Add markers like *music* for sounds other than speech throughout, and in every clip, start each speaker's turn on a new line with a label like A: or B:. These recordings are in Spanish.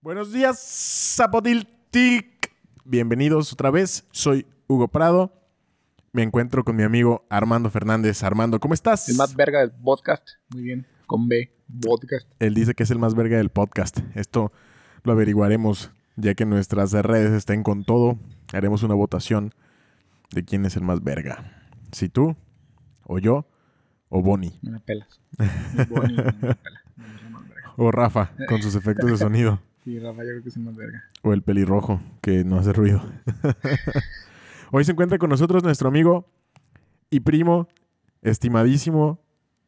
A: Buenos días, Zapotiltic. Bienvenidos otra vez. Soy Hugo Prado. Me encuentro con mi amigo Armando Fernández. Armando, ¿cómo estás?
B: El más verga del podcast. Muy bien. Con B. Podcast.
A: Él dice que es el más verga del podcast. Esto lo averiguaremos ya que nuestras redes estén con todo. Haremos una votación de quién es el más verga. Si tú, o yo, o Bonnie,
B: Me la pelas. Bonnie, me la pela. No, es el más verga.
A: o Rafa con sus efectos de sonido,
B: Sí, Rafa, yo creo que es el más verga.
A: o el pelirrojo que no hace ruido. Hoy se encuentra con nosotros nuestro amigo y primo, estimadísimo,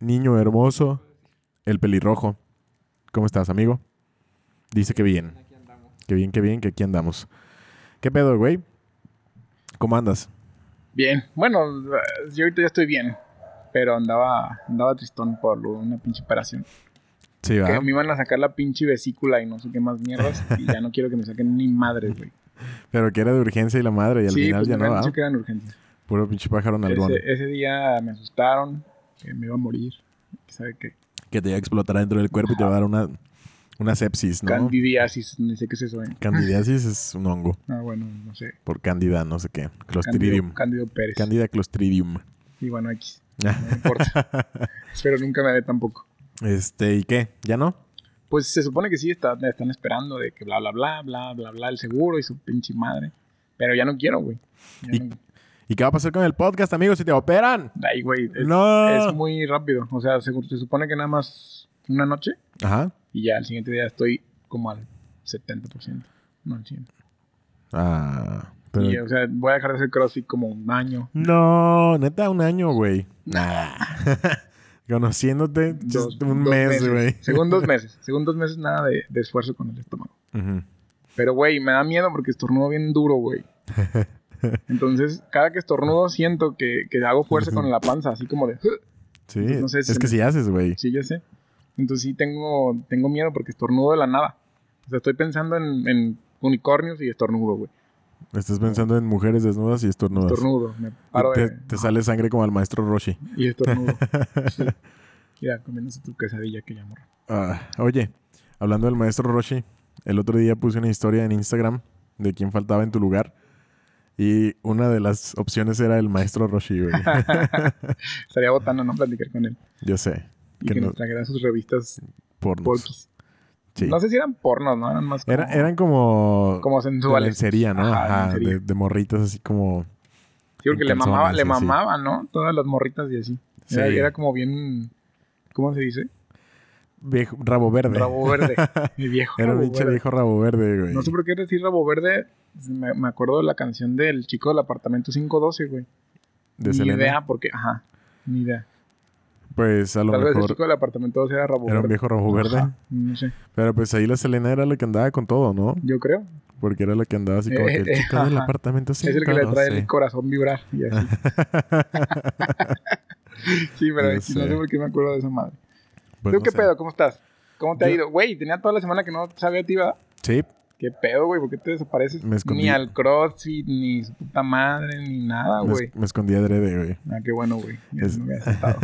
A: niño hermoso, el pelirrojo. ¿Cómo estás, amigo? Dice que bien. Que bien, que bien, que aquí andamos. ¿Qué pedo, güey? ¿Cómo andas?
B: Bien. Bueno, eh, yo ahorita ya estoy bien. Pero andaba, andaba tristón por lo- una pinche operación.
A: Sí, va.
B: Que me iban a sacar la pinche vesícula y no sé qué más mierdas. Y ya no quiero que me saquen ni madres, güey.
A: Pero que era de urgencia y la madre, y al
B: Sí,
A: final
B: pues
A: ya
B: me
A: no
B: habían
A: va.
B: dicho que eran urgencias.
A: Puro pinche pájaro nalgón.
B: Ese, ese día me asustaron. Que me iba a morir. Que sabe qué.
A: Que te va a explotar dentro del cuerpo y te va a dar una, una sepsis, ¿no?
B: Candidiasis. Ni sé qué es eso, eh.
A: Candidiasis es un hongo
B: Ah, bueno, no sé.
A: por candida, no sé qué. Clostridium.
B: Candido, Candido Pérez.
A: Candida clostridium. *laughs*
B: Y bueno, X. No importa. Espero nunca me dé tampoco.
A: Este, ¿y qué? ¿Ya no?
B: Pues se supone que sí, está- me están esperando de que bla, bla, bla, bla, bla, bla, el seguro y su pinche madre. Pero ya no quiero, güey. Ya
A: Y-
B: no-
A: ¿Y qué va a pasar con el podcast, amigos, si te operan?
B: Ay, güey. Es,
A: No.
B: es muy rápido. O sea, se, se supone que nada más una noche
A: Ajá.
B: y ya al siguiente día estoy como al 70%. No al 100%.
A: Ah, pero...
B: Y, o sea, voy a dejar de hacer crossfit como un año,
A: No, neta, un año, güey. Nah. Conociéndote,
B: dos,
A: just un
B: dos
A: mes,
B: meses.
A: güey.
B: Según dos meses. Según dos meses nada de- de esfuerzo con el estómago.
A: Ujú.
B: Pero, güey, me da miedo porque estornudo bien duro, güey.
A: *laughs*
B: Entonces, cada que estornudo siento que, que hago fuerza con la panza, así como de... "Ugh".
A: Sí,
B: no sé si
A: es
B: se
A: que
B: me-
A: si haces, güey.
B: Sí, ya sé. Entonces sí tengo, tengo miedo porque estornudo de la nada. O sea, estoy pensando en, en unicornios y estornudo, güey.
A: Estás pensando en mujeres desnudas y estornudas.
B: Estornudo. Me
A: Pues, Y
B: paro
A: te,
B: de-
A: te sale sangre como al maestro Roshi.
B: y
A: *laughs*
B: estornudo. Sí. Mira, comiéndose tu quesadilla que ya morro.
A: Ah, oye, hablando del maestro Roshi, el otro día puse una historia en Instagram de quién faltaba en tu lugar. Y una de las opciones era el maestro Roshi,
B: *laughs*
A: güey.
B: Estaría botando no platicar con él.
A: Yo sé.
B: Y
A: Que
B: que,
A: no-
B: nos trajera sus revistas
A: Pornos.
B: porquis.
A: Sí.
B: No sé si eran pornos, ¿no? Eran más como,
A: Era- eran como...
B: como
A: de
B: sensuales.
A: lencería, ¿no?
B: Ajá,
A: Ajá,
B: lencería.
A: de, de morritas así como...
B: Sí, porque
A: En
B: le mamaba,
A: calzones,
B: le
A: sí, sí.
B: mamaba, ¿no? Todas las morritas y así.
A: Sí.
B: Era, era como bien, ¿cómo se dice?
A: viejo- rabo verde.
B: Rabo
A: *laughs*
B: verde. Mi viejo.
A: era un
B: rabo
A: pinche
B: verde.
A: viejo rabo verde, güey.
B: No sé por qué decir rabo verde. Me, me acuerdo de la canción del chico del apartamento 512, güey.
A: De
B: ni
A: Selena.
B: idea porque, ajá, ni idea.
A: Pues a lo
B: Tal vez el
A: mejor
B: chico del apartamento 12 era rabo
A: era un
B: verde.
A: viejo rabo verde.
B: Ajá, no sé,
A: Pero pues ahí la Selena era la que andaba con todo, ¿no?
B: yo creo.
A: Porque era la que andaba así como
B: Eh,
A: que el
B: eh,
A: chico del
B: ajá.
A: apartamento
B: es el que le trae
A: 512.
B: el corazón vibrar y
A: *laughs*
B: así. sí, pero
A: Ya
B: no sé
A: sé.
B: por qué me acuerdo de esa madre.
A: Pues
B: ¿Tú
A: no
B: qué
A: sé.
B: pedo? ¿Cómo estás? ¿Cómo te ha
A: Yo-
B: ido? Güey, tenía toda la semana que no sabía a ti, ¿verdad?
A: Sí,
B: ¿Qué pedo, güey? ¿Por qué te desapareces?
A: Me escondí.
B: Ni al CrossFit, ni su puta madre, ni nada,
A: me,
B: Ah, güey.
A: es- me escondí adrede, güey. *laughs*
B: Ah, qué bueno, güey. Ya
A: Es-
B: no me
A: *laughs*
B: has asustado.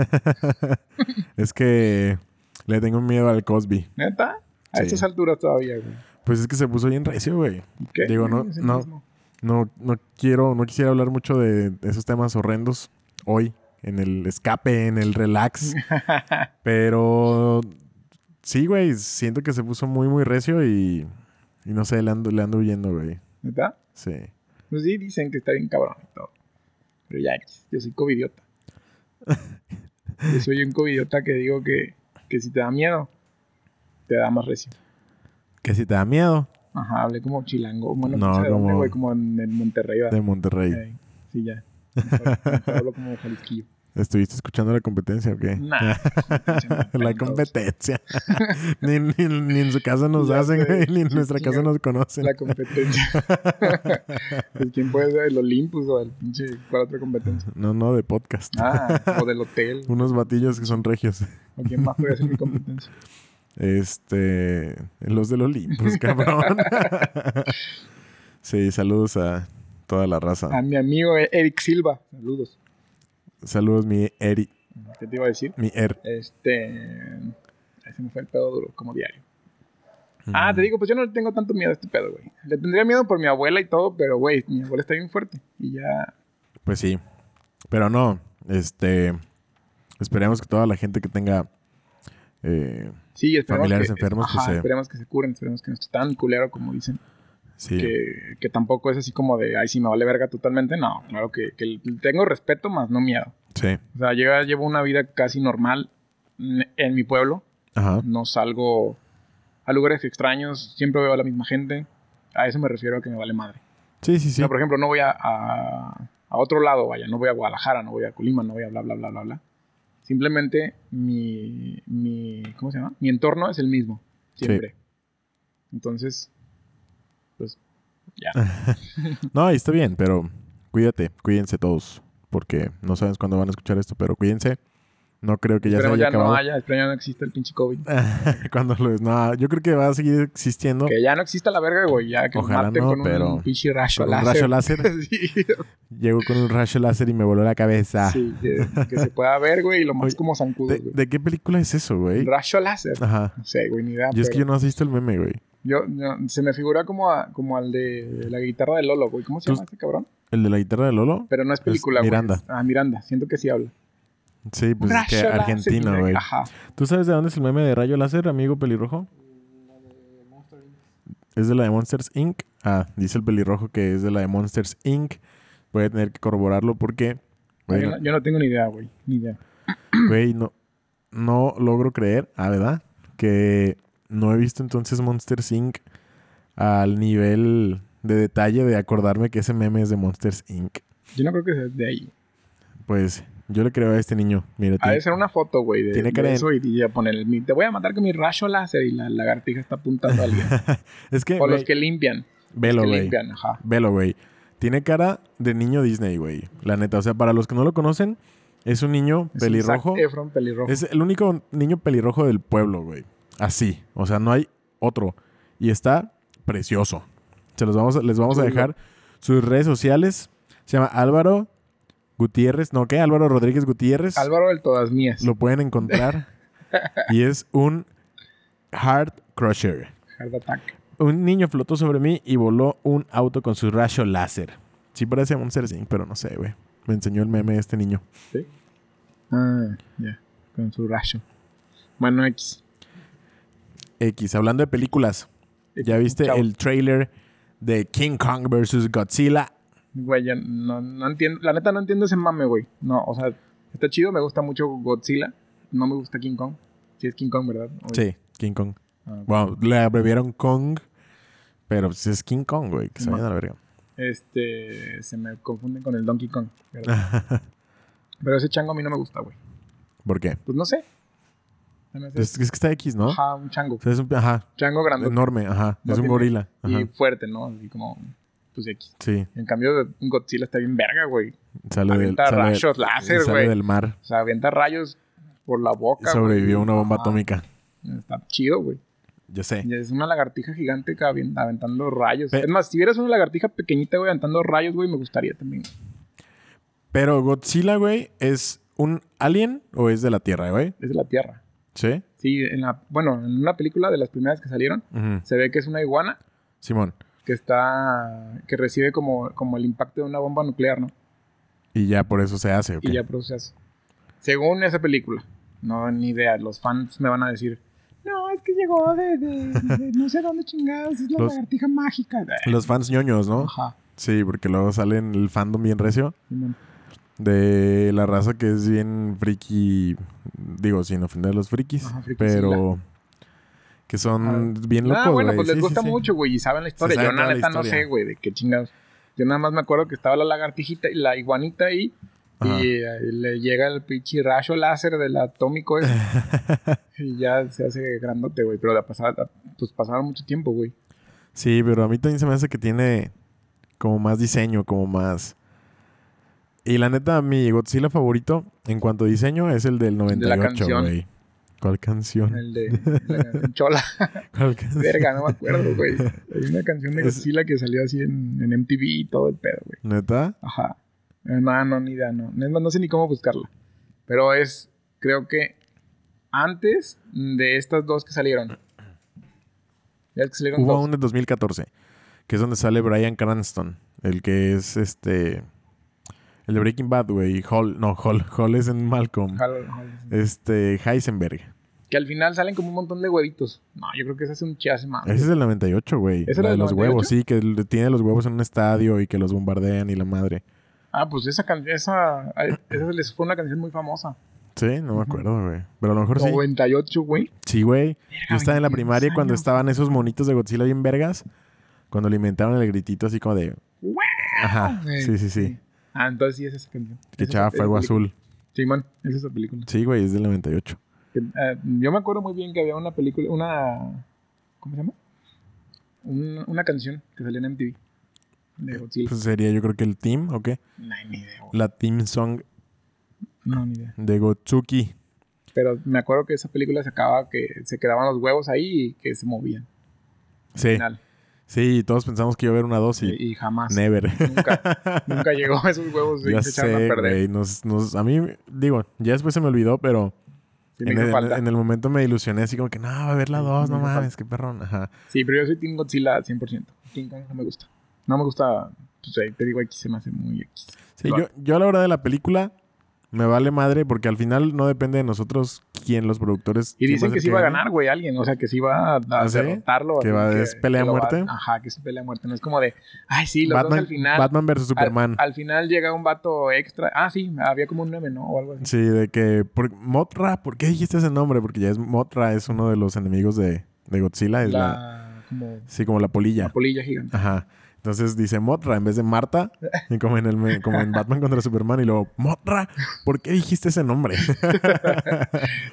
A: Es que le tengo miedo al Cosby.
B: ¿Neta? A
A: Sí.
B: estas alturas todavía, güey.
A: Pues es que se puso bien recio, güey.
B: ¿Y ¿Qué?
A: Digo, no-
B: Es el
A: no.
B: mismo.
A: No, no quiero, no quisiera hablar mucho de esos temas horrendos hoy, en el escape, en el
B: *laughs*
A: relax. Pero sí, güey, siento que se puso muy, muy recio y, y no sé, le ando, le ando huyendo, güey.
B: ¿Neta?
A: Sí.
B: Pues sí, dicen que está bien cabrón y todo. Pero ya, X, yo
A: *laughs*
B: soy covidiota. yo soy un covidiota que digo que, que si te da miedo, te da más recio.
A: Que si te da miedo
B: Ajá, hablé como chilango. Bueno,
A: No,
B: no, sé de dónde,
A: como-
B: güey, como en, en Monterrey, ¿verdad?
A: de Monterrey.
B: Ey, Sí, ya. Mejor- mejor hablo como jalisquillo.
A: ¿Estuviste escuchando la competencia o qué?
B: Nah.
A: *laughs* La
B: *laughs*
A: competencia. ni, ni- ni en su casa nos
B: Ya
A: hacen,
B: sé.
A: güey, *laughs* ni en
B: Sí,
A: nuestra casa
B: chinga.
A: nos conocen. *laughs*
B: La competencia. pues quién puede ser el Olympus o el pinche. ¿Cuál otra competencia?
A: No, no, de podcast.
B: Ah, o del hotel.
A: Unos batillos que son regios.
B: ¿O quién más puede ser mi competencia?
A: Este. Los del
B: *laughs*
A: Olympus, cabrón. sí, saludos a toda la
B: A
A: raza.
B: mi amigo E- Eric Silva. Saludos.
A: Saludos, mi Eri.
B: ¿Qué te iba a decir?
A: Mi Er.
B: Este. Ahí se me fue el pedo duro, como diario. Ah,
A: Mm.
B: te digo, pues yo no le tengo tanto miedo a este pedo, güey. Le tendría miedo por mi abuela y todo, pero, güey, mi abuela está bien fuerte. Y ya.
A: Pues sí. Pero no, este. Esperemos que toda la gente que tenga. eh,
B: Sí, esperemos
A: Familiares
B: que,
A: enfermos,
B: ajá,
A: pues, eh.
B: esperemos que se curen, esperemos que no esté tan culero como dicen.
A: sí.
B: Que, que tampoco es así como de, ay, sí, me vale verga totalmente. No, claro que, que le tengo respeto, más no miedo.
A: Sí.
B: O sea, yo ya llevo una vida casi normal mm, en mi pueblo.
A: Ajá.
B: No salgo a lugares extraños, siempre veo a la misma gente. A eso me refiero a que me vale madre.
A: Sí, sí, sí.
B: No, por ejemplo, no voy a, a, a otro lado, vaya, no voy a Guadalajara, no voy a Colima, no voy a bla, bla, bla, bla, bla. Simplemente mi, mi, ¿cómo se llama? Mi entorno es el mismo, siempre. Entonces, pues, ya.
A: No, y está bien, pero cuídate, cuídense todos, porque no sabes cuándo van a escuchar esto, pero cuídense. No creo que ya
B: Esperemos
A: se
B: ya
A: haya acabado.
B: no haya, esperemos ya no exista el pinche COVID.
A: *laughs* cuando lo no, yo creo que va a seguir existiendo
B: Que ya no exista la verga, güey, ya que nos
A: Ojalá
B: maten
A: no,
B: con
A: pero-
B: un pinche rayo
A: con un
B: láser.
A: rayo
B: *laughs*
A: láser. *laughs*
B: sí,
A: Llegó con un rayo láser y me voló la cabeza.
B: sí, que, que se pueda ver, güey, y lo más
A: Oye,
B: como zancudo,
A: ¿De,
B: güey.
A: de qué película es eso, güey?
B: Rayo láser.
A: Ajá.
B: No sé, güey, ni idea.
A: Yo es
B: pero-
A: que yo no has visto el meme, güey.
B: Yo, no, se me figura como, a- como al de la guitarra de Lolo, güey. ¿Cómo se
A: Tú-
B: llama este cabrón?
A: ¿El de la guitarra de Lolo?
B: Pero no es película,
A: Pues Es
B: güey.
A: Miranda.
B: Es- Ah, Miranda. Siento que sí habla.
A: Sí, pues es que
B: Rayo láser,
A: argentino,
B: mira,
A: güey.
B: Ajá.
A: ¿Tú sabes de dónde es el meme de rayo láser, amigo pelirrojo? Es de la de Monsters Inc. Ah, dice el pelirrojo que es de la de Monsters Inc. Voy a tener que corroborarlo porque, güey,
B: Yo, no, yo no tengo ni idea, güey. Ni idea.
A: Güey, no, no logro creer, ah, ¿verdad? Que no he visto entonces Monster Inc. al nivel de detalle de acordarme que ese meme es de Monsters Inc.
B: Yo no creo que sea de ahí.
A: Pues yo le creo a este niño, mírate.
B: Ha de ser una foto, güey, de,
A: Tiene
B: de
A: cara de-
B: eso y y ya poner el... mi- Te voy a matar con mi rayo láser y la lagartija está apuntando a alguien.
A: *laughs* Es que,
B: O los
A: güey,
B: que limpian.
A: velo,
B: que
A: güey.
B: limpian, ajá.
A: Velo, güey. Tiene cara de niño Disney, güey. La neta, o sea, para los que no lo conocen, es un niño
B: Es un
A: pelirrojo.
B: Zac Efron pelirrojo.
A: Es el único niño pelirrojo del pueblo, güey. Así. O sea, no hay otro. Y está precioso. Se los vamos a- les vamos a
B: Sí,
A: dejar sus redes sociales. Se llama Álvaro Gutiérrez. No, ¿qué? Álvaro Rodríguez Gutiérrez.
B: Álvaro del Todas Mías.
A: Lo pueden
B: *laughs*
A: encontrar. y es un hard crusher.
B: Hard Attack.
A: Un niño flotó sobre mí y voló un auto con su rayo láser. Sí parece un Cersei, pero no sé, güey. Me enseñó el meme este niño.
B: Ah, ya. Con su rayo. Bueno, X.
A: X, hablando de películas. ¿Ya viste
B: Chao.
A: el trailer de King Kong vs. Godzilla?
B: Güey, yo no, no entiendo. La neta no entiendo ese mame, güey. No, o sea, está chido, me gusta mucho Godzilla. No me gusta King Kong. Sí, es King Kong, ¿verdad? O-
A: Sí, King Kong.
B: Ah,
A: Wow, le abreviaron Kong, pero pues es King Kong, güey, que se
B: Ma-
A: vayan a la verga.
B: Este. Se me confunde con el Donkey Kong, ¿verdad?
A: *laughs*
B: Pero ese chango a mí no me gusta, güey.
A: ¿Por qué?
B: Pues no sé. Se me hace-
A: Es, es que está X, ¿no?
B: Ajá, un chango.
A: O sea, es un, ajá,
B: Chango grande.
A: enorme, ajá.
B: No
A: es un
B: tiene-
A: gorila. Ajá.
B: Y fuerte, ¿no? Así como. Pues X.
A: Sí,
B: En cambio, un Godzilla está bien verga, güey.
A: sale del,
B: Avienta
A: sale,
B: rayos láser,
A: sale
B: güey.
A: del mar.
B: O sea, avienta rayos por la boca.
A: Sobrevivió a
B: güey.
A: una bomba
B: Ajá.
A: atómica.
B: Está chido, güey.
A: Yo sé.
B: Ya Es una lagartija gigante que avien- aventando rayos.
A: Pe-
B: es más, si vieras una lagartija pequeñita, güey, aventando rayos, güey, me gustaría también.
A: Pero Godzilla, güey, ¿es un alien o es de la Tierra, güey?
B: Es de la Tierra.
A: Sí.
B: Sí, en la, bueno, en una película de las primeras que salieron,
A: Ujú.
B: se ve que es una iguana
A: Simón.
B: que está, que recibe como, como el impacto de una bomba nuclear, ¿no?
A: Y ya por eso se hace, ¿ok?
B: Y ya produce eso. Según esa película. No, ni idea. Los fans me van a decir, no, es que llegó de, de- de no sé dónde chingados, es la
A: Los-
B: lagartija mágica.
A: Los fans ñoños, ¿no?
B: Ajá.
A: Sí, porque luego salen el fandom bien recio
B: Simón.
A: de la raza que es bien friki, digo, sin ofender a los frikis,
B: Ajá, frikisila.
A: pero que son bien locos,
B: Ah, bueno,
A: güey.
B: pues les
A: Sí, sí,
B: gusta
A: sí.
B: mucho, güey, y saben la historia.
A: saben
B: Yo,
A: toda
B: la
A: la
B: neta, no
A: historia.
B: sé, güey, de qué chingados. Yo nada más me acuerdo que estaba la lagartijita y la iguanita ahí.
A: Ajá.
B: Y eh, le llega el pinche rayo láser del
A: *laughs*
B: atómico ese. y ya se hace grandote, güey. Pero la pasada, pues pasaron mucho tiempo, güey.
A: Sí, pero a mí también se me hace que tiene como más diseño, como más... Y la neta, mi Godzilla favorito en cuanto a diseño es el del
B: de la
A: 98,
B: canción.
A: güey. ¿Cuál canción?
B: El de la canción Chola.
A: ¿Cuál canción?
B: Verga, no me
A: *laughs*
B: acuerdo, güey. Hay una canción de
A: Es-
B: Godzilla que salió así en, en MTV y todo el pedo, güey.
A: ¿Neta?
B: Ajá. Eh, No, no, ni idea, no. Es más, no sé ni cómo buscarla. Pero es, creo que antes de estas dos que salieron. Ya es que salieron
A: Hubo
B: dos.
A: uno en 2014, que es donde sale Brian Cranston, el que es este. El de Breaking Bad, güey. Hall, no, Hall, Hall es en Malcolm.
B: Ojalá, ojalá.
A: Este, Heisenberg.
B: Que al final salen como un montón de huevitos. No, yo creo que ese hace un chase más.
A: Ese es del 98, güey.
B: ¿Ese
A: La
B: era
A: de
B: del
A: los
B: 98?
A: huevos, sí, que l- tiene los huevos en un estadio y que los bombardean y la madre.
B: Ah, pues esa canción, esa, esa les fue una canción muy famosa.
A: Sí, no me acuerdo, güey. Pero a lo mejor sí.
B: 98, güey.
A: Sí, güey. Yo estaba en la
B: 22
A: primaria cuando
B: años.
A: estaban esos monitos de Godzilla bien vergas. Cuando le inventaron el gritito así como de.
B: ¡Guau!
A: Ajá.
B: Sí,
A: Sí, sí, sí.
B: Ah, entonces sí es esa canción.
A: Que
B: Es esa-
A: echaba
B: esa
A: fuego
B: película.
A: azul.
B: Sí, man, es esa película.
A: Sí, güey, es del 98.
B: Que, eh, yo me acuerdo muy bien que había una película, una. ¿Cómo se llama? Un- una canción que salía en MTV. De Godzilla.
A: Pues sería yo creo que el team, ¿o qué?
B: No, ni idea, güey.
A: La team song
B: No, ni idea.
A: de Gotsuki.
B: Pero me acuerdo que esa película se acaba que se quedaban los huevos ahí y que se movían.
A: Sí,
B: Final.
A: sí, todos pensamos que iba a haber una dosis.
B: Y, y jamás.
A: Never.
B: Nunca, nunca llegó a esos huevos y
A: ya
B: se echaron a
A: sé,
B: perder.
A: güey. Nos, nos- a mí, digo, ya después se me olvidó, pero
B: Sí, me
A: en
B: hizo
A: el,
B: falta.
A: en el momento me ilusioné así como que no, va a haber la
B: Sí,
A: 2,
B: me
A: no
B: hizo
A: mames, qué perrón. Ajá.
B: Sí, pero yo soy Team Godzilla 100%. King Kong no me gusta. No me gusta. Pues ahí te digo, X se me hace muy X.
A: Sí,
B: Claro.
A: yo, yo a la hora de la película me vale madre porque al final no depende de nosotros quién los productores.
B: Y
A: quién
B: dicen
A: va
B: que
A: ser
B: sí va a
A: gane.
B: ganar, güey, alguien. O sea, que sí va a
A: ¿Ah,
B: a
A: sí?
B: derrotarlo.
A: ¿Que
B: así
A: va- es pelea a
B: lo va-
A: muerte?
B: Ajá, que es pelea a muerte. No es como de, ay, sí, los dos
A: Batman,
B: al final.
A: Batman versus
B: al-
A: Superman.
B: Al, final llega un vato extra. Ah, sí, había como un meme, ¿no? O algo así.
A: Sí, de que. Por, Motra, ¿por qué dijiste ese nombre? Porque ya es Motra, es uno de los enemigos de, de Godzilla. Es la,
B: La, como
A: sí, como la polilla.
B: la polilla
A: *laughs*
B: gigante.
A: Ajá. Entonces dice Motra en vez de Marta, y como en, el, me- como en Batman contra Superman, y luego, Motra, ¿por qué dijiste ese nombre?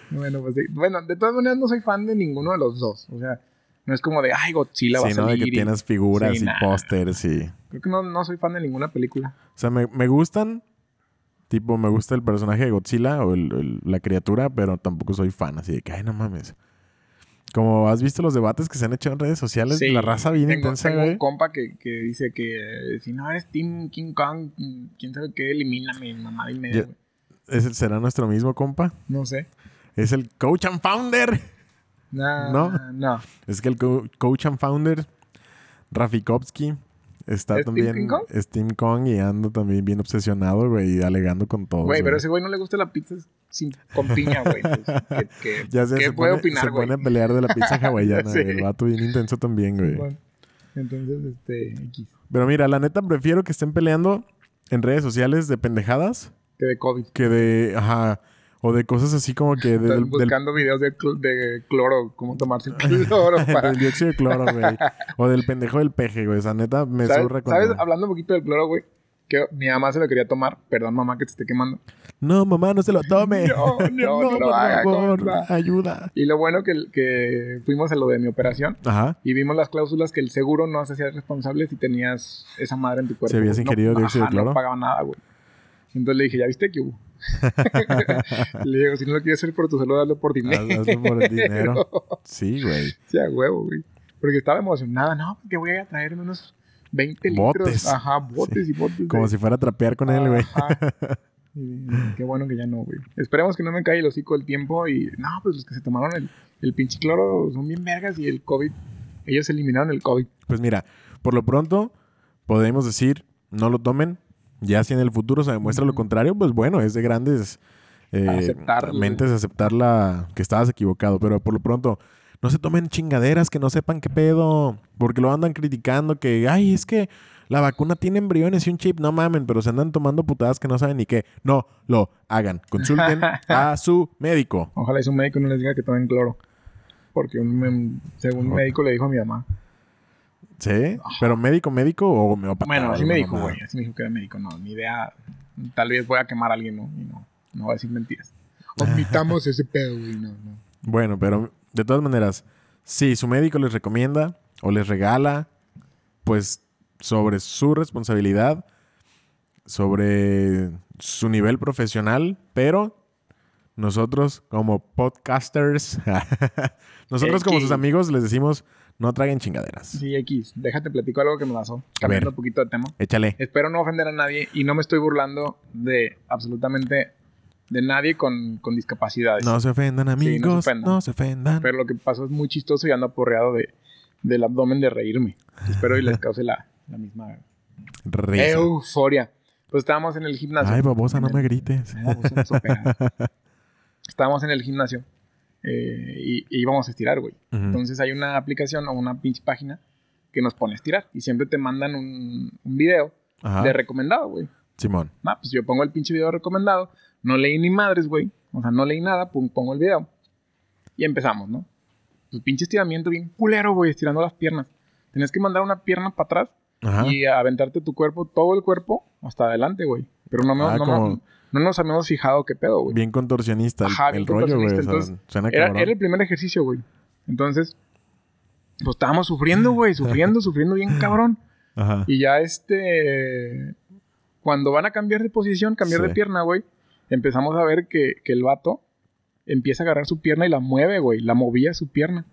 B: Bueno, pues, de- bueno, de todas maneras no soy fan de ninguno de los dos. O sea, no es como de, ay, Godzilla va a
A: sí, ¿no? De
B: salir.
A: que
B: *laughs* y-
A: tienes figuras
B: Sí,
A: y
B: nah.
A: pósters y...
B: Creo que no, no soy fan de ninguna película.
A: O sea, me, me gustan, tipo, me gusta el personaje de Godzilla o el- el- la criatura, pero tampoco soy fan, así de que, ay, no mames. Como has visto los debates que se han hecho en redes sociales,
B: Sí,
A: la raza bien
B: tengo,
A: intensa,
B: tengo un
A: güey.
B: compa que, que dice que eh, si no eres Team King Kong, mm, quién sabe qué, elimíname, mamá y media,
A: Yo-
B: güey.
A: ¿Es el- ¿Será nuestro mismo compa?
B: No sé.
A: Es el coach and founder.
B: No,
A: ¿No?
B: no.
A: Es que el co- coach and founder, Rafikovsky, está
B: ¿Es Team
A: también.
B: King Kong?
A: Es Team Kong y ando también bien obsesionado, güey, y alegando con todo.
B: Güey, pero a ese güey no le gusta la pizza sin, con piña, güey. Entonces, ¿Qué, qué-
A: *laughs* Ya sé,
B: qué
A: se,
B: puede
A: pone, se
B: opinar, güey?
A: pone a pelear de la
B: *laughs*
A: pizza hawaiana,
B: Sí.
A: güey, El vato bien intenso también, güey.
B: Bueno, entonces, este, X.
A: Pero mira, la neta prefiero que estén peleando en redes sociales de pendejadas
B: Que de COVID.
A: que de. Ajá. O de cosas así como que de-
B: Están
A: del, del-
B: buscando videos de, cl- de cloro, cómo tomarse el *laughs* cloro para...
A: *laughs* del dióxido de cloro, güey. o del pendejo del peje, güey. O sea, neta, me
B: ¿Sabes?
A: zurra cuando-
B: ¿Sabes? Hablando un poquito del cloro, güey, que mi mamá se lo quería tomar. Perdón, mamá, que te esté quemando.
A: No, mamá, no se lo tome.
B: No,
A: *laughs*
B: no, no lo
A: por
B: haga,
A: favor,
B: compa.
A: ayuda.
B: Y lo bueno que, que fuimos a lo de mi operación *laughs*
A: Ajá.
B: y vimos las cláusulas que el seguro no se hacía responsable si tenías esa madre en tu cuerpo.
A: Si habías
B: güey. No,
A: ingerido dióxido de
B: ajá,
A: cloro.
B: No pagaba nada, güey. Entonces le dije, ¿ya viste que
A: *laughs*
B: hubo? le digo, si no lo quieres hacer por tu salud, hazlo por
A: *laughs*
B: dinero.
A: Haz- hazlo por el dinero. Sí, güey.
B: *laughs* Sí, a huevo, güey. Porque estaba emocionada. No, que voy a traerme unos 20
A: Botes.
B: litros. Ajá, botes y botes.
A: Como
B: de-
A: si fuera a trapear con él, güey.
B: Ajá.
A: *laughs*
B: Y Qué bueno que ya no, güey. Esperemos que no me caiga el hocico el tiempo y... No, pues los que se tomaron el, el pinche cloro son bien vergas y el COVID... Ellos eliminaron el COVID.
A: Pues mira, por lo pronto podemos decir, no lo tomen. Ya si en el futuro se demuestra lo
B: Ujú.
A: contrario, pues bueno, es de grandes eh,
B: Aceptar, güey.
A: mentes aceptar la que estabas equivocado. Pero por lo pronto, no se tomen chingaderas que no sepan qué pedo. Porque lo andan criticando que, ay, es que la vacuna tiene embriones y un chip. No mamen, pero se andan tomando putadas que no saben ni qué. No lo hagan. Consulten a su médico.
B: Ojalá ese médico no les diga que tomen cloro. Porque un, mem- según un médico le dijo a mi mamá.
A: ¿Sí? ¿Pero médico, médico o homeópata?
B: Bueno, así
A: Alguna
B: me dijo,
A: mamada.
B: güey. Así me dijo que era médico. No, ni idea. Tal vez voy a quemar a alguien, ¿no? Y no, no voy a decir mentiras. Omitamos ese pedo, güey. No, no.
A: Bueno, pero de todas maneras, si su médico les recomienda o les regala, pues sobre su responsabilidad, sobre su nivel profesional, pero nosotros como podcasters, *laughs* nosotros como
B: Ey,
A: sus
B: que-
A: amigos les decimos, no traguen chingaderas.
B: Sí, X, déjate platico algo que me pasó.
A: ver.
B: Cambiando un poquito de tema.
A: Échale.
B: Espero no ofender a nadie y no me estoy burlando de absolutamente de nadie con, con discapacidades.
A: No se ofendan
B: Sí, no se
A: amigos,
B: ofendan.
A: no se ofendan.
B: Pero lo que pasó es muy chistoso y ando aporreado de, del abdomen de reírme. Espero y les cause la, la misma
A: Risa.
B: euforia. Pues estábamos en el gimnasio.
A: Ay, babosa, no
B: En
A: me
B: el-
A: grites.
B: No, pues somos operados. estábamos en el gimnasio eh, y, y íbamos a estirar, güey.
A: Ujú.
B: Entonces hay una aplicación o una pinche página que nos pone a estirar y siempre te mandan un, un video
A: Ajá.
B: de recomendado, güey.
A: Simón.
B: Ah, pues yo pongo el pinche video recomendado. No leí ni madres, güey. O sea, no leí nada, pum, pongo el video. Y empezamos, ¿no? Pues pinche estiramiento bien culero, güey, estirando las piernas. Tenías que mandar una pierna para atrás
A: Ajá.
B: y aventarte tu cuerpo, todo el cuerpo, hasta adelante, güey. Pero no, me-
A: Ah,
B: no me-
A: como-
B: no nos habíamos fijado qué pedo, güey.
A: Bien contorsionista el,
B: pues, Ajá,
A: el
B: bien
A: rollo, güey. o
B: contorsionista,
A: sea, suena
B: Era,
A: cabrón.
B: era el primer ejercicio, güey. Entonces, pues estábamos sufriendo, güey, sufriendo,
A: *laughs*
B: sufriendo bien cabrón.
A: Ajá.
B: Y ya este. Cuando van a cambiar de posición, cambiar
A: Sí.
B: de pierna, güey, empezamos a ver que, que el vato empieza a agarrar su pierna y la mueve, güey. La movía su pierna.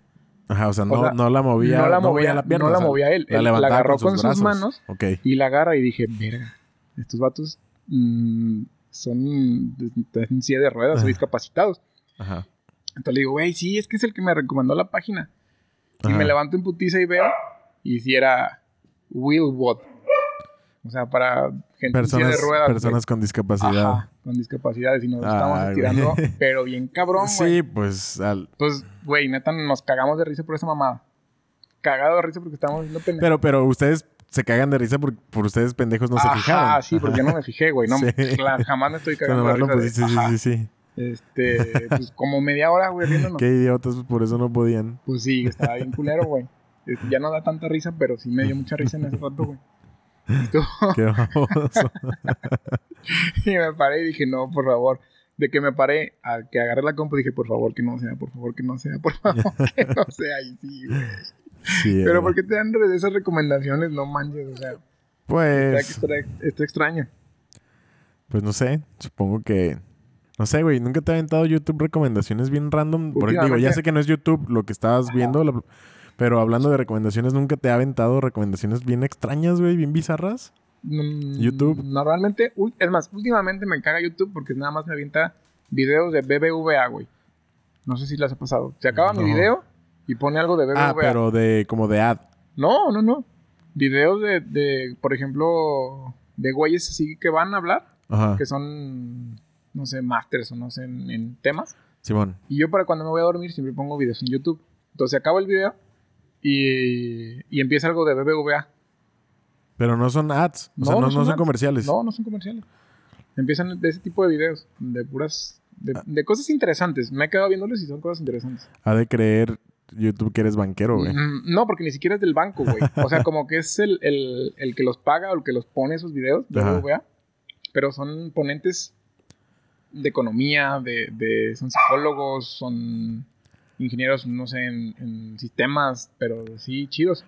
A: Ajá, o sea, no,
B: sea,
A: no la movía.
B: no la movía- no la movía él, él la
A: levantaba
B: agarró con sus
A: brazos.
B: manos.
A: Ok.
B: Y la agarra y dije, verga, estos vatos mm, son. están en silla de
A: Ah.
B: ruedas o discapacitados.
A: Ajá.
B: Entonces le digo, güey, sí, es que es el que me recomendó la página. Y
A: Ajá.
B: me levanto en putiza y veo. Y si era Willbot. O sea, para gente en
A: Personas,
B: silla de ruedas. güey.
A: personas con discapacidad.
B: Ajá, con discapacidades y nos
A: Ay,
B: estábamos
A: güey.
B: estirando,
A: *laughs*
B: pero bien cabrón, güey.
A: sí, pues. al-
B: Pues, güey, neta, nos cagamos de risa por esa mamada. Cagado de risa porque estábamos haciendo pendejos.
A: Pero, pero ustedes se cagan de risa por, por ustedes pendejos no se fijaron.
B: Ah, sí, porque yo no me fijé, güey. No,
A: Sí.
B: la- jamás me
A: *laughs*
B: estoy
A: Pero
B: cagando de
A: nomás lo
B: risa. de-
A: pusiste, pues, sí,
B: ajá.
A: sí, sí.
B: Este, pues como media hora, güey, riéndonos.
A: Qué idiotas, por eso no podían.
B: Pues sí, estaba bien culero, güey. Este, Ya no da tanta risa, pero sí me dio mucha risa en ese rato, güey. *laughs* Y tú- *laughs*
A: Qué baboso.
B: Y me paré y dije, no, por favor. De que me paré a que agarré la compu, dije, por favor, que no sea, por favor, que no sea, por
A: *laughs*
B: favor, que no sea. Y sí, güey.
A: Sí, eh.
B: Pero
A: era.
B: ¿por qué te dan re- esas recomendaciones? No manches, o sea, está,
A: Pues.
B: extra- está extraño.
A: Pues no sé, supongo que. No sé, güey, nunca te ha aventado YouTube recomendaciones bien random. Por digo, ya
B: Últimamente.
A: sé que no es YouTube lo que estabas viendo, la- pero hablando de recomendaciones, nunca te ha aventado recomendaciones bien extrañas, güey, bien bizarras.
B: Mm,
A: YouTube.
B: Normalmente, ul- es más, últimamente me caga YouTube porque nada más me avienta videos de BBVA, güey. No sé si las ha pasado. Se acaba mi
A: No.
B: video y pone algo de BBVA.
A: Ah, pero de como de ad.
B: No, no, no. Videos de, de, por ejemplo, de güeyes así que van a hablar.
A: Ajá.
B: que son, no sé, masters o no sé, en, en temas.
A: Simón.
B: Y yo para cuando me voy a dormir siempre pongo videos en YouTube. Entonces acabo el video y, y empieza algo de BBVA.
A: Pero no son ads. O sea, no, no son,
B: ads.
A: comerciales.
B: No, no son comerciales. Empiezan de ese tipo de videos, de puras, de, de cosas interesantes. Me he quedado viéndolos y son cosas interesantes.
A: Ha de creer YouTube que eres banquero, güey.
B: Mm, No, porque ni siquiera es del banco, güey. O sea, como que es el, el- el que los paga o el que los pone esos videos de
A: Ajá.
B: BBVA. Pero son ponentes de economía, de, de- son psicólogos, son ingenieros, no sé, en, en sistemas, pero sí chidos.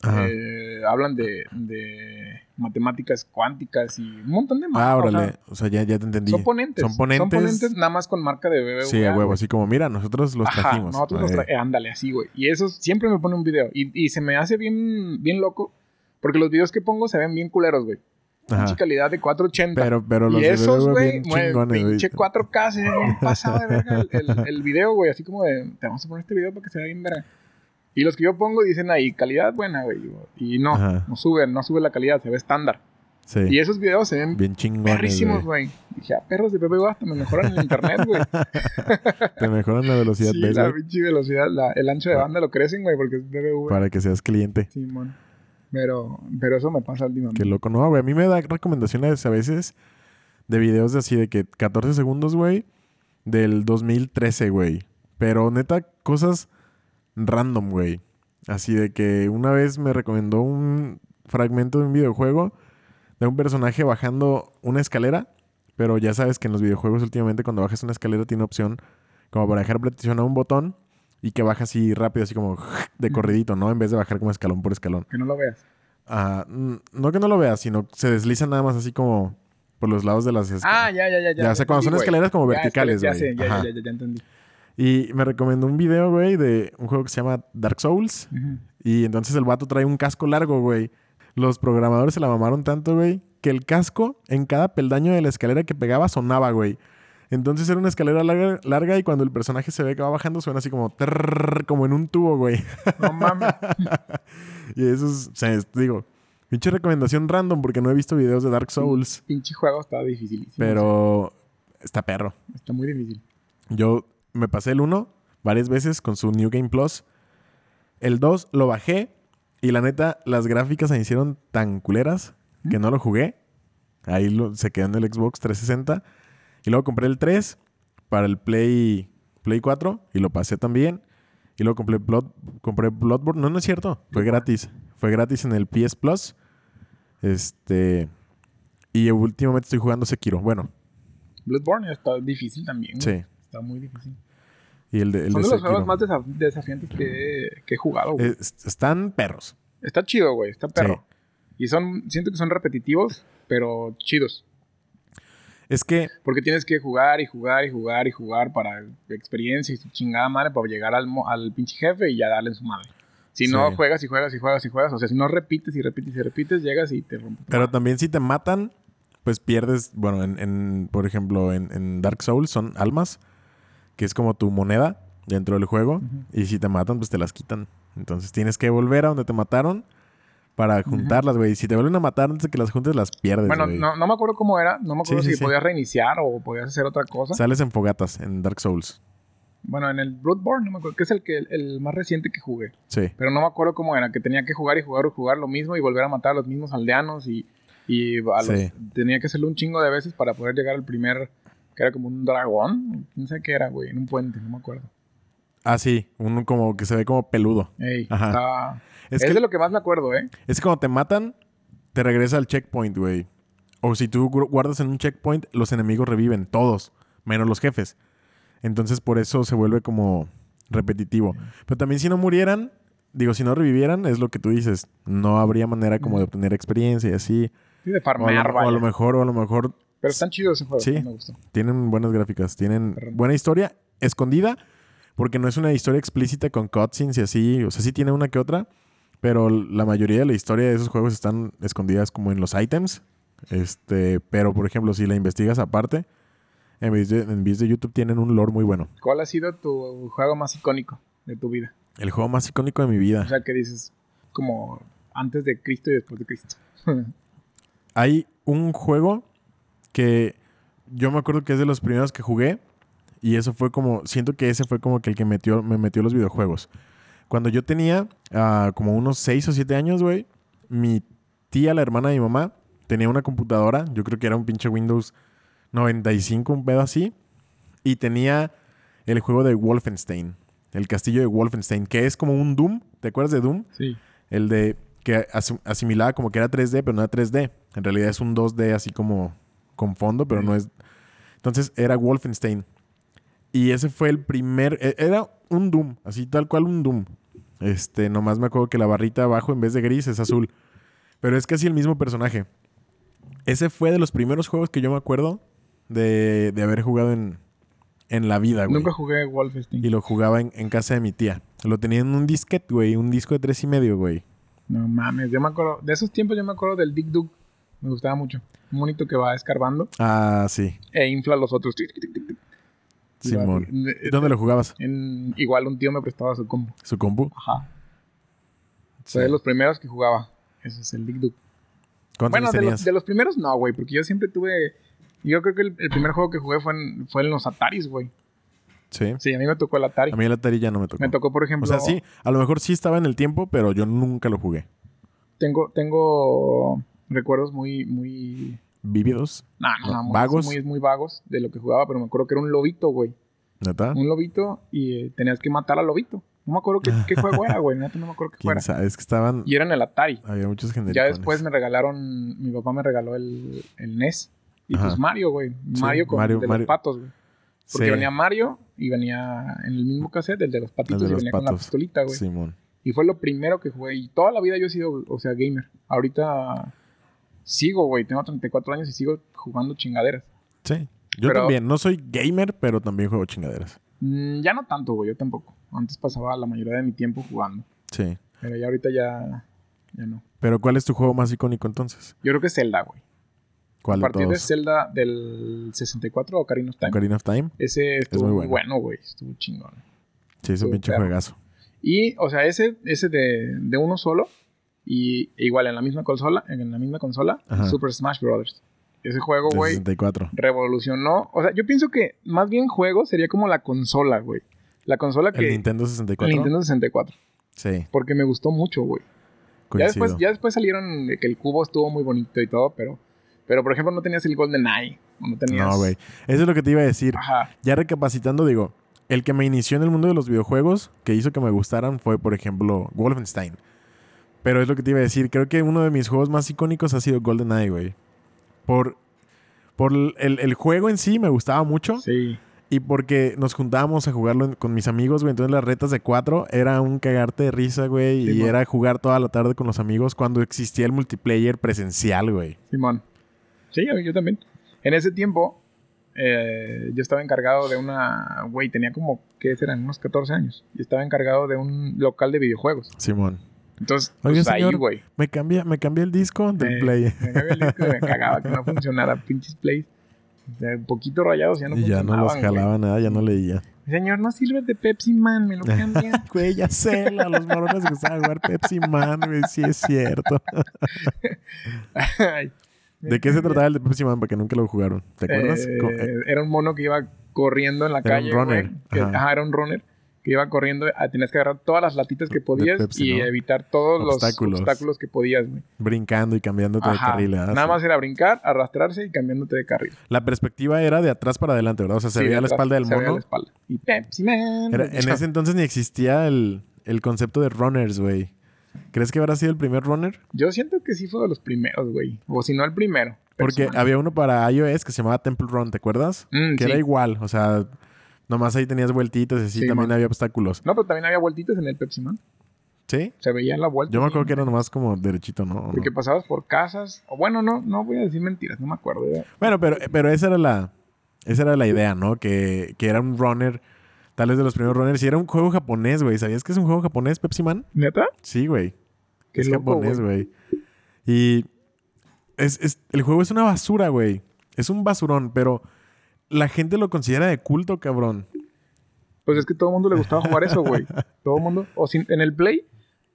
A: Ajá.
B: Eh, hablan de, de matemáticas cuánticas y un montón de
A: ah,
B: más. o sea,
A: órale. O sea, ya, ya te entendí.
B: son ponentes.
A: Son ponentes.
B: nada más con marca de BBVA.
A: Sí, a huevo.
B: güey.
A: Así como, mira, nosotros los
B: Ajá,
A: trajimos.
B: nosotros los
A: Eh,
B: tra- eh, ándale, así, güey. Y eso siempre me pone un video. Y, y se me hace bien, bien loco. Porque los videos que pongo se ven bien culeros, güey.
A: ajá.
B: Mucha calidad de 480.
A: Pero, pero los
B: y
A: de
B: esos,
A: BBVA
B: güey,
A: bien
B: güey,
A: chingones, güey.
B: pinche 4K, se ve bien pasado de verga el, el- el video, güey. Así como de, te vamos a poner este video para que se vea bien verga. Y los que yo pongo dicen ahí, calidad buena, güey. Y no,
A: Ajá.
B: no suben, no sube la calidad, se ve estándar.
A: Sí.
B: Y esos videos se ven
A: Bien chingones,
B: perrísimos,
A: güey.
B: güey. Dije, ah, perros de Pepe hasta me mejoran el internet, güey.
A: Te mejoran la velocidad,
B: Sí,
A: ¿ves,
B: la
A: güey?
B: pinche velocidad, la- el ancho de banda lo crecen, güey, porque es BBV.
A: Para que seas cliente.
B: Simón. Pero, pero eso me pasa últimamente.
A: Qué loco, no, güey. A mí me da recomendaciones a veces de videos de así de que 14 segundos, güey, del 2013, güey. Pero neta, cosas random, güey. Así de que una vez me recomendó un fragmento de un videojuego de un personaje bajando una escalera. Pero ya sabes que en los videojuegos últimamente cuando bajas una escalera tiene opción como para dejar presionado un botón y que baja así rápido, así como de corridito, ¿no? En vez de bajar como escalón por escalón.
B: Que no lo veas.
A: Ah, n- no que no lo veas, sino se desliza nada más así como por los lados de las
B: Ah,
A: escaleras.
B: ya, ya, ya.
A: Ya, o sea, cuando son
B: entendí,
A: escaleras como
B: güey.
A: verticales,
B: Ya,
A: güey.
B: sé, ya, ya,
A: Ajá.
B: ya, ya, ya entendí.
A: Y me recomendó un video, güey, de un juego que se llama Dark Souls.
B: Ujú.
A: Y entonces el vato trae un casco largo, güey. Los programadores se la mamaron tanto, güey, que el casco en cada peldaño de la escalera que pegaba sonaba, güey. Entonces era una escalera larga, larga y cuando el personaje se ve que va bajando suena así como trrr, como en un tubo, güey. *laughs*
B: No mames.
A: y eso es, o sea, es- digo, pinche recomendación random porque no he visto videos de Dark Souls,
B: Pinche juego está dificilísimo.
A: pero está perro.
B: Está muy difícil.
A: Yo me pasé el 1 varias veces con su New Game Plus. El 2 lo bajé y la neta, las gráficas se me hicieron tan culeras que no lo jugué. Ahí lo- se quedó en el Xbox 360. Y luego compré el 3 para el Play, Play 4 y lo pasé también. Y luego compré, Blood- compré Bloodborne. No, no es cierto. Fue gratis. Fue gratis en el PS Plus. Este. Y últimamente estoy jugando Sekiro. Bueno,
B: Bloodborne está difícil también. güey.
A: sí.
B: Está muy difícil.
A: Y el de, el de
B: Son de los
A: Sekiro.
B: juegos más desaf- desafiantes que, que he jugado, güey.
A: Eh, est- están perros.
B: Está chido, güey. Está perro. Y son, siento que son repetitivos, pero
A: Sí.
B: chidos.
A: Es que,
B: Porque tienes que jugar y jugar y jugar y jugar para experiencia y su chingada madre para llegar al, mo- al pinche jefe y ya darle en su madre. Si no
A: Sí.
B: juegas y juegas y juegas y juegas, o sea, si no repites y repites y repites, llegas y te rompes.
A: pero también si te matan, pues pierdes, bueno, en, en- por ejemplo, en, en Dark Souls son almas, que es como tu moneda dentro del juego,
B: Ujú.
A: y si te matan, pues te las quitan. Entonces tienes que volver a donde te mataron para juntarlas, güey. Y Si te vuelven a matar antes de que las juntes, las pierdes.
B: Bueno,
A: güey.
B: no, no me acuerdo cómo era, no me
A: Sí,
B: acuerdo
A: sí,
B: si
A: sí.
B: podías reiniciar o podías hacer otra cosa.
A: Sales en fogatas en Dark Souls.
B: bueno, en el Bloodborne, no me acuerdo, que es el, que, el, el más reciente que jugué.
A: Sí.
B: Pero no me acuerdo cómo era, que tenía que jugar y jugar y jugar lo mismo y volver a matar a los mismos aldeanos y, y a los-
A: Sí.
B: tenía que hacerlo un chingo de veces para poder llegar al primer, que era como un dragón, quién sabe qué era, güey, en un puente, no me acuerdo.
A: Ah, sí. Uno como que se ve como peludo.
B: Ey,
A: Ajá.
B: estaba-
A: Es
B: Es,
A: que
B: de lo que más me acuerdo, ¿eh?
A: Es que cuando te matan, te regresa al checkpoint, güey. O si tú gu- guardas en un checkpoint, los enemigos reviven, todos, menos los jefes. Entonces por eso se vuelve como repetitivo. Pero también si no murieran, digo, si no revivieran, es lo que tú dices, no habría manera como de obtener experiencia y así.
B: Sí, de
A: O a, lo,
B: farmear,
A: o a
B: vaya.
A: lo mejor, o a lo mejor
B: Pero están chidos ese juego,
A: Sí.
B: me gustó.
A: tienen buenas gráficas, tienen
B: Perrón.
A: buena historia, escondida, porque no es una historia explícita con cutscenes y así, o sea, sí tiene una que otra, pero la mayoría de la historia de esos juegos están escondidas como en los items. Este, pero por ejemplo, si la investigas aparte, en vez de, en vez de YouTube tienen un lore muy bueno.
B: ¿Cuál ha sido tu juego más icónico de tu vida?
A: El juego más icónico de mi
B: O
A: vida.
B: sea, que dices como antes de Cristo y después de Cristo. *laughs*
A: Hay un juego que yo me acuerdo que es de los primeros que jugué y eso fue como siento que ese fue como que el que metió me metió a los videojuegos. Cuando yo tenía ah, como unos 6 o 7 años, güey, mi tía, la hermana de mi mamá, tenía una computadora, yo creo que era un pinche Windows 95, un pedo así, y tenía el juego de Wolfenstein, el castillo de Wolfenstein, que es como un Doom, ¿te acuerdas de Doom?
B: sí.
A: El de que asu- asimilaba como que era 3D, pero no era 3D. En realidad es un 2D así como con fondo, pero no es. Entonces era Wolfenstein. Y ese fue el primer. e- Era un Doom, así tal cual un Doom. Este, nomás me acuerdo que la barrita abajo en vez de gris es azul. Pero es casi el mismo personaje. Ese fue de los primeros juegos que yo me acuerdo de, de haber jugado en, en la vida, Ah, güey.
B: Nunca jugué Wolfenstein.
A: Y lo jugaba en, en casa de mi tía. Lo tenía en un disquete, güey. Un disco de tres y medio, güey.
B: No mames, yo me acuerdo, de esos tiempos yo me acuerdo del Dick Dug, me gustaba mucho. Un monito que va escarbando
A: Ah, sí.
B: e infla a los otros. Tic, tic, tic, tic, tic. Y va
A: Simón.
B: así.
A: ¿Dónde lo jugabas?
B: En- igual un tío me prestaba su combo.
A: ¿Su compu?
B: Ajá.
A: Sí.
B: Fue de los primeros que jugaba. Ese es el Dick Dug.
A: ¿Cuántos
B: Bueno,
A: años
B: de
A: tenías?
B: los, de los primeros no, güey, porque yo siempre tuve... Yo creo que el, el primer juego que jugué fue en, fue en los Ataris, güey.
A: Sí.
B: Sí, a mí me tocó el Atari.
A: A mí el Atari ya no me tocó.
B: Me tocó, por
A: O
B: ejemplo...
A: sea, sí, a lo mejor sí estaba en el tiempo, pero yo nunca lo jugué.
B: Tengo, tengo recuerdos muy, muy...
A: ¿Vívidos?
B: No, no,
A: No,
B: no, muy-
A: vagos.
B: Muy, muy vagos de lo que jugaba, pero me acuerdo que era un lobito, güey.
A: ¿Neta?
B: un lobito y eh, tenías que matar al lobito. No me acuerdo qué, qué juego era, güey. Neta, no me acuerdo
A: *laughs*
B: qué
A: ¿Quién
B: juego era.
A: sabe? Es que estaban...
B: Y era en el Atari.
A: Había muchos genéricos.
B: Ya después me regalaron, mi papá me regaló el, el NES. Y
A: Ajá.
B: pues Mario, güey. Mario con
A: Mario-
B: el de
A: Mario.
B: los patos, güey. Porque venía Mario y venía en el mismo cassette, el de los patitos,
A: de
B: y
A: los
B: venía con la
A: patos.
B: pistolita, güey.
A: Simón.
B: Y fue lo primero que jugué. Y toda la vida yo he sido, o sea, gamer. Ahorita sigo, güey. Tengo 34 años y sigo jugando chingaderas.
A: Sí. Yo
B: Pero-
A: también. No soy gamer, pero también juego chingaderas.
B: Mm, ya no tanto, güey. Yo tampoco. Antes pasaba la mayoría de mi tiempo jugando.
A: Sí.
B: Pero ya ahorita ya, ya no.
A: Pero ¿cuál es tu juego más icónico entonces?
B: Yo creo que es Zelda, güey.
A: ¿Cuál
B: a
A: de
B: partir de este
A: todos?
B: Zelda del 64 o Karino Time.
A: Ocarina of Time.
B: Ese estuvo
A: muy
B: muy
A: bueno.
B: bueno, güey. estuvo chingón.
A: Sí, es un
B: Estuvo
A: pinche
B: perro.
A: juegazo.
B: Y, o sea, ese, ese de, de uno solo. Y e igual en la misma consola, en la misma consola,
A: Ajá.
B: Super Smash Bros. Ese juego,
A: De
B: güey,
A: 64.
B: revolucionó. O sea, yo pienso que más bien juego sería como la consola, güey. La consola que.
A: El Nintendo 64.
B: el Nintendo 64.
A: Sí,
B: Porque me gustó mucho, güey. Ya
A: coincido.
B: después, ya después salieron de que el cubo estuvo muy bonito y todo, pero. Pero, por ejemplo, no tenías el Golden Eye. No tenías.
A: No, güey. Eso es lo que te iba a decir.
B: Ajá.
A: Ya recapacitando, digo, el que me inició en el mundo de los videojuegos, que hizo que me gustaran, fue, por ejemplo, Wolfenstein. Pero es lo que te iba a decir. Creo que uno de mis juegos más icónicos ha sido GoldenEye, güey. Por, por el, el juego en sí me gustaba mucho.
B: Sí.
A: Y porque nos juntábamos a jugarlo en- con mis amigos, güey. Entonces las retas de cuatro era un cagarte de risa, güey.
B: Sí,
A: y
B: mon.
A: era jugar toda la tarde con los amigos cuando existía el multiplayer presencial, güey.
B: Simón. Sí, yo- yo también. En ese tiempo, eh, yo estaba encargado de una. Güey, tenía como, ¿qué serán? Unos 14 años. Y estaba encargado de un local de videojuegos.
A: Simón.
B: Entonces,
A: Oiga,
B: pues ahí,
A: señor,
B: güey.
A: Me cambié, me cambié el disco del
B: Eh,
A: play.
B: Me, cagaba el disco y me cagaba que no funcionara, pinches plays. De un poquito rayados ya no
A: y ya no
B: funcionaban.
A: los
B: güey.
A: jalaba nada, ya no leía.
B: Señor, no sirve de Pepsi Man, me lo
A: *laughs*
B: cambian.
A: Güey, ya sé, a los morones les gustaba jugar Pepsi Man, güey. Sí, es cierto.
B: Ay, me
A: ¿De qué se
B: cambian.
A: trataba el de Pepsi Man? Porque nunca lo jugaron. ¿Te acuerdas?
B: Eh,
A: Co- eh,
B: era un mono que iba corriendo en la
A: Era un
B: calle.
A: runner,
B: güey, que-
A: ajá.
B: ajá. era un runner. Que iba corriendo. ah, Tenías que agarrar todas las latitas que podías
A: Pepsi,
B: y
A: ¿no?
B: evitar todos
A: Obstáculos.
B: los obstáculos que podías, güey.
A: brincando y cambiándote de
B: Ajá.
A: carril. ¿verdad?
B: Nada
A: Sí.
B: más era brincar, arrastrarse y cambiándote de carril.
A: La perspectiva era de atrás para adelante, ¿verdad? O sea, se
B: Sí,
A: veía la
B: detrás,
A: espalda del
B: se veía
A: mono.
B: la espalda. Y Pepsi Man.
A: Era- en ese entonces ni existía el, el concepto de runners, güey. ¿Crees que habrá sido el primer runner?
B: Yo siento que sí fue de los primeros, güey. O si no el primero. Pepsi
A: Porque
B: Man.
A: había uno para iOS que se llamaba Temple Run, ¿te acuerdas?
B: Mm,
A: que
B: sí.
A: era igual, o sea, nomás ahí tenías vueltitas y así
B: Sí,
A: también
B: man.
A: había obstáculos.
B: No, pero también había vueltitas en el Pepsi Man.
A: ¿Sí?
B: Se veía la vuelta.
A: Yo me acuerdo que era nomás como derechito, ¿no? ¿O no?
B: Porque pasabas por casas. O bueno, no, no voy a decir mentiras, no me acuerdo. era-
A: Bueno, pero, pero esa era la esa era la idea, ¿no? Que, que era un runner, tal vez de los primeros runners. Y era un juego japonés, güey. ¿Sabías que es un juego japonés, Pepsi Man?
B: ¿Neta?
A: Sí, güey.
B: Qué
A: es
B: loco,
A: japonés, güey. Y es, es- el juego es una basura, güey. Es un basurón, pero la gente lo considera de culto, cabrón.
B: Pues es que todo el mundo le gustaba jugar eso,
A: *laughs*
B: güey. Todo el mundo. O sin- en el Play,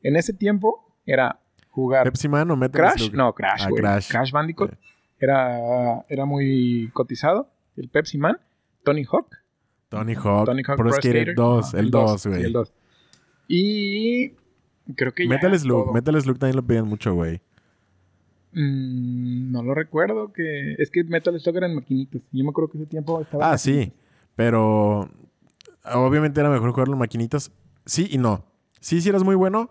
B: en ese tiempo, era jugar
A: Pepsi Man o Metal
B: Crash.
A: Slug.
B: No, Crash,
A: Ah,
B: güey.
A: Crash.
B: Crash. Bandicoot. Era, era muy cotizado. El Pepsi Man. Tony Hawk.
A: Tony Hawk.
B: Tony Hawk
A: Pro
B: Pro
A: Skater
B: Skater.
A: 2.
B: Ajá,
A: el 2,
B: sí,
A: güey.
B: el 2. Y creo que ya
A: Metal
B: era
A: Slug.
B: todo.
A: Metal Slug también lo pedían mucho, güey.
B: Mm, no lo recuerdo. que Es que Metal Slug eran maquinitas. Yo me acuerdo que ese tiempo estaba.
A: Ah, sí. Pero obviamente era mejor jugarlo en maquinitas. Sí y no. Sí, si eras muy bueno.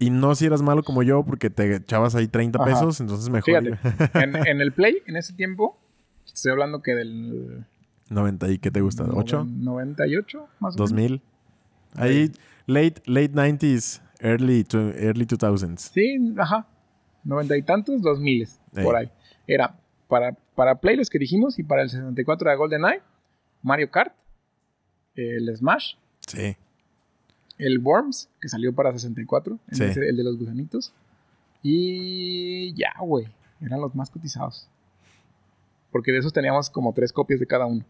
A: Y no si eras malo como yo, porque te echabas ahí 30
B: Ajá.
A: pesos, entonces mejor. *laughs*
B: Fíjate. En, en el Play, en ese tiempo, estoy hablando que del
A: 90 y qué te gusta, 8,
B: 98, más o menos.
A: 2000. Ahí late late 90s, early tw- early 2000s.
B: Sí, ajá. Noventa y tantos, dos miles,
A: Ey.
B: por ahí. Era para, para Play los que dijimos y para el 64 de GoldenEye, Mario Kart, el Smash,
A: Sí.
B: el Worms, que salió para 64, en
A: Sí.
B: ese- el de los gusanitos. Y ya, güey, eran los más cotizados. Porque de esos teníamos como tres copias de cada uno.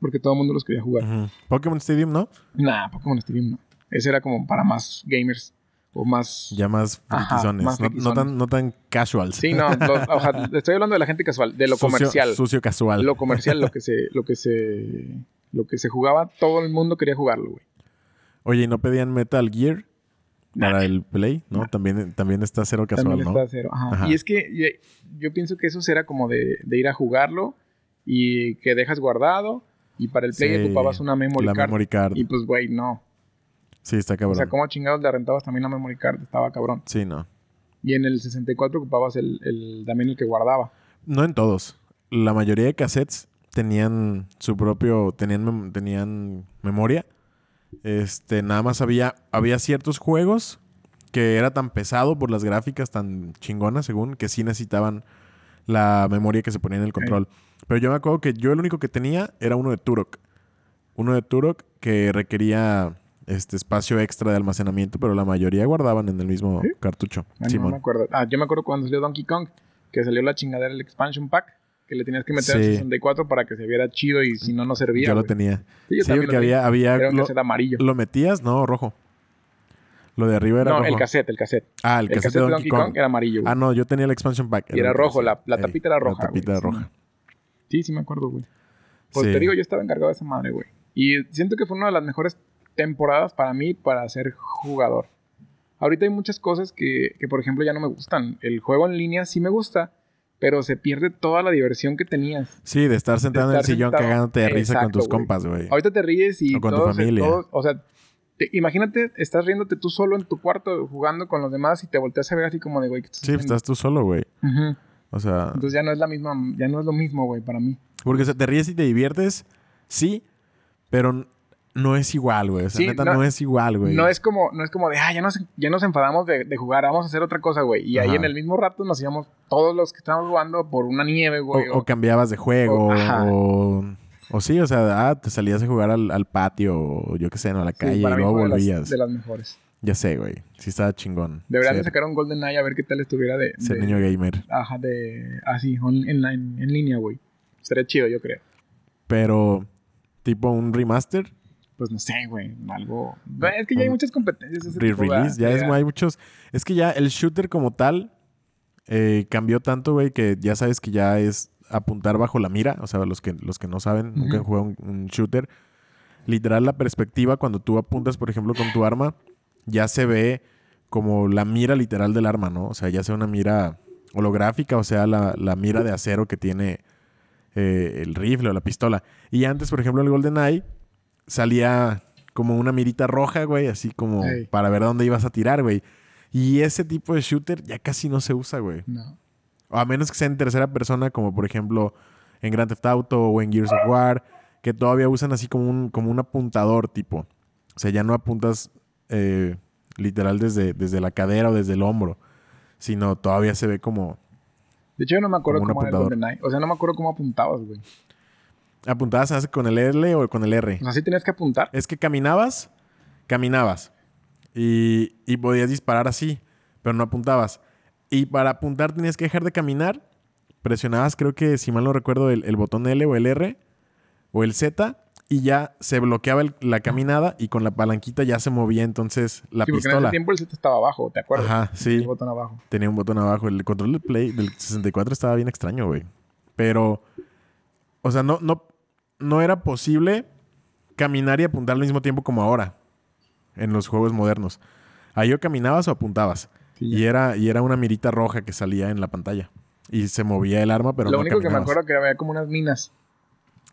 B: Porque todo el mundo los quería jugar.
A: Ujú. Pokémon Stadium, ¿no?
B: Nah, Pokémon Stadium no. Ese era como para más gamers o más...
A: Ya más
B: Ajá,
A: fritizones,
B: más
A: no, no
B: fritizones.
A: tan no tan casuals.
B: Sí, no, lo-
A: *laughs*
B: o sea, estoy hablando de la gente casual, de lo
A: Sucio-
B: comercial.
A: Sucio casual.
B: Lo comercial, lo que se, lo que se, lo que se jugaba, todo el mundo quería jugarlo, güey.
A: Oye, ¿y no pedían Metal Gear
B: Nah.
A: para el Play? No, también también está cero casual,
B: También
A: ¿no?
B: está cero. Ajá.
A: Ajá.
B: Y es que y- yo pienso que eso era como de, de ir a jugarlo y que dejas guardado y para el play
A: Sí,
B: ocupabas una memory
A: la
B: card.
A: memory card.
B: Y pues, güey, no.
A: Sí, está cabrón.
B: O sea, ¿cómo chingados le rentabas también la memory card? Estaba cabrón.
A: Sí, no.
B: Y en el 64 ocupabas el, el- también el que guardaba.
A: No en todos. La mayoría de cassettes tenían su propio, tenían, mem- tenían memoria. Este, nada más había, había ciertos juegos que era tan pesado por las gráficas tan chingonas, según, que sí necesitaban la memoria que se ponía en el control. Pero yo me acuerdo que yo el único que tenía era uno de Turok. Uno de Turok que requería este espacio extra de almacenamiento, pero la mayoría guardaban en el mismo
B: ¿Sí?
A: cartucho.
B: Ah, no
A: Simón.
B: me acuerdo. Ah, yo me acuerdo cuando salió Donkey Kong. que salió la chingadera del expansion pack, que le tenías que meter al
A: Sí.
B: 64 para que se viera chido y si no, no servía.
A: Yo lo
B: güey.
A: tenía.
B: Sí,
A: Sí,
B: yo también
A: porque
B: lo
A: había,
B: tenía.
A: había
B: Era un
A: lo,
B: cassette amarillo.
A: ¿lo metías, no, rojo. Lo de arriba era
B: no,
A: rojo.
B: el cassette, el cassette.
A: Ah,
B: El, cassette de Donkey Kong, era amarillo, güey.
A: Ah, no, yo tenía el expansion pack.
B: Y era
A: otro,
B: rojo,
A: sí.
B: la, la
A: Ey,
B: tapita era roja.
A: Eh, La tapita
B: güey.
A: era roja.
B: Sí, sí me acuerdo, güey. Pues
A: Sí.
B: te digo, yo estaba encargado de esa madre, güey. Y siento que fue una de las mejores temporadas para mí para ser jugador. Ahorita hay muchas cosas que, que, por ejemplo, ya no me gustan. El juego en línea sí me gusta, pero se pierde toda la diversión que tenías.
A: Sí, de estar sentado en el
B: estar
A: sillón
B: sentado.
A: cagándote de risa con
B: Exacto,
A: tus
B: güey.
A: compas, güey.
B: Ahorita te ríes y
A: O con tu
B: todos-
A: familia.
B: todos- o sea, te- imagínate, estás riéndote tú solo en tu cuarto jugando con los demás y te volteas a ver así como de, güey, ¿qué estás
A: Sí, pues,
B: haciendo?".
A: estás tú solo, güey.
B: Ujú.
A: O sea,
B: Entonces ya no es la misma, ya no es lo mismo, güey, para mí.
A: porque o sea, te ríes y te diviertes, sí, pero n- no es igual, güey. O sea,
B: Sí,
A: neta,
B: no-
A: no, es igual, güey.
B: No es como, no es como de, ah, ya nos, ya nos enfadamos de, de jugar, vamos a hacer otra cosa, güey. Y ahí
A: Ajá.
B: en el mismo rato nos íbamos todos los que estábamos jugando por una nieve,
A: O,
B: güey.
A: o cambiabas de juego,
B: o- ajá.
A: o, o sí, o sea, ah, te salías a jugar al, al patio, o yo qué sé, no, a la
B: Sí,
A: calle, y
B: para mí
A: luego
B: fue de las-
A: volvías.
B: De las, mejores.
A: Ya sé, güey. Sí estaba chingón.
B: Deberían de
A: ser,
B: sacar un Golden Eye a ver qué tal estuviera de.
A: ser
B: de-
A: niño gamer.
B: Ajá, de. Así, on- en, la- en, en línea, güey. Estaría chido, yo creo.
A: Pero, tipo un remaster,
B: Pues no sé, güey. Algo. Es que ya hay
A: Un
B: muchas competencias. de ese tipo,
A: re-release, ya
B: ¿verdad?
A: es, hay muchos... Es que ya el shooter como tal eh, cambió tanto, güey, que ya sabes que ya es apuntar bajo la mira. O sea, los que, los que no saben, nunca han
B: Ujú.
A: jugado un, un shooter. Literal, la perspectiva cuando tú apuntas, por ejemplo, con tu arma, ya se ve como la mira literal del arma, ¿no? O sea, ya sea una mira holográfica, o sea, la, la mira de acero que tiene eh, el rifle o la pistola. Y antes, por ejemplo, el GoldenEye salía como una mirita roja, güey, así como
B: Ey.
A: para ver dónde ibas a tirar, güey. Y ese tipo de shooter ya casi no se usa, güey.
B: No.
A: O a menos que sea en tercera persona, como por ejemplo en Grand Theft Auto o en Gears of War, que todavía usan así como un, como un apuntador tipo. O sea, ya no apuntas eh, literal desde, desde la cadera o desde el hombro, sino todavía se ve como
B: De hecho, yo no me acuerdo
A: Como un
B: cómo era el
A: apuntador.
B: Golden Eye. O sea, no me acuerdo cómo apuntabas, güey.
A: apuntadas ¿sabes? con el L o con el R.
B: O sea, sí tenías que apuntar.
A: Es que caminabas, caminabas y, y podías disparar así, pero no apuntabas. Y para apuntar tenías que dejar de caminar, presionabas, creo que si mal no recuerdo, el, el botón L o el R o el Z y ya se bloqueaba el- la caminada y con la palanquita ya se movía entonces la
B: sí, porque en ese
A: pistola.
B: tiempo el Z estaba abajo, ¿te acuerdas?
A: Ajá, sí.
B: El botón abajo.
A: Tenía un botón abajo. El control del Play del 64 estaba bien extraño, güey. Pero, o sea, no, no, no era posible caminar y apuntar al mismo tiempo como ahora en los juegos modernos. Ahí o caminabas o apuntabas.
B: Sí, ya.
A: Y era, y era una mirita roja que salía en la pantalla. Y se movía el arma, pero
B: lo
A: no
B: único que me
A: caminabas.
B: acuerdo que había como unas minas.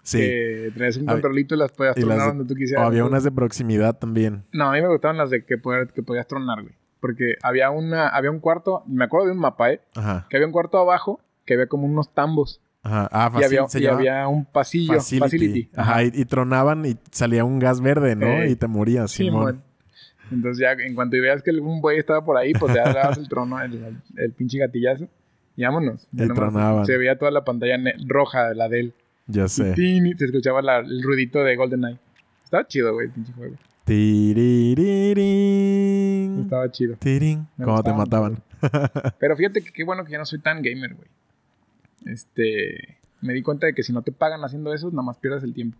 A: Sí.
B: Que tenías un
A: Había-
B: controlito y las podías
A: y las
B: tronar
A: de-
B: donde tú
A: o
B: quisieras.
A: había unas de proximidad también.
B: No, a mí me gustaban las de que, poder- que podías tronar, güey. Porque había, una, había un cuarto, me acuerdo de un mapa, ¿eh?
A: Ajá.
B: Que había un cuarto abajo que había como unos tambos.
A: Ajá. Ah,
B: y
A: fácil.
B: había,
A: se
B: y
A: llamaba
B: había un pasillo,
A: Facility. Ah,
B: facility.
A: Ajá. Y, y tronaban y salía un gas verde, ¿no?
B: Ey.
A: Y te morías,
B: Sí,
A: Simón.
B: mon. Entonces ya, en cuanto veas que algún güey estaba por ahí, pues ya le dabas el trono, el, el pinche gatillazo. Y vámonos. Ya
A: Y
B: nomás
A: tronaban.
B: Se veía toda la pantalla ne- roja, la de él.
A: Ya sé.
B: Tin, y se escuchaba la- el ruidito de GoldenEye. Estaba chido, güey, el pinche juego.
A: Tiririririn.
B: Estaba chido.
A: Tirin.
B: Me
A: Como te
B: gustaban,
A: mataban.
B: Pero fíjate que qué bueno que ya no soy tan gamer, güey. Este. Me di cuenta de que si no te pagan haciendo eso, nada más pierdes el tiempo.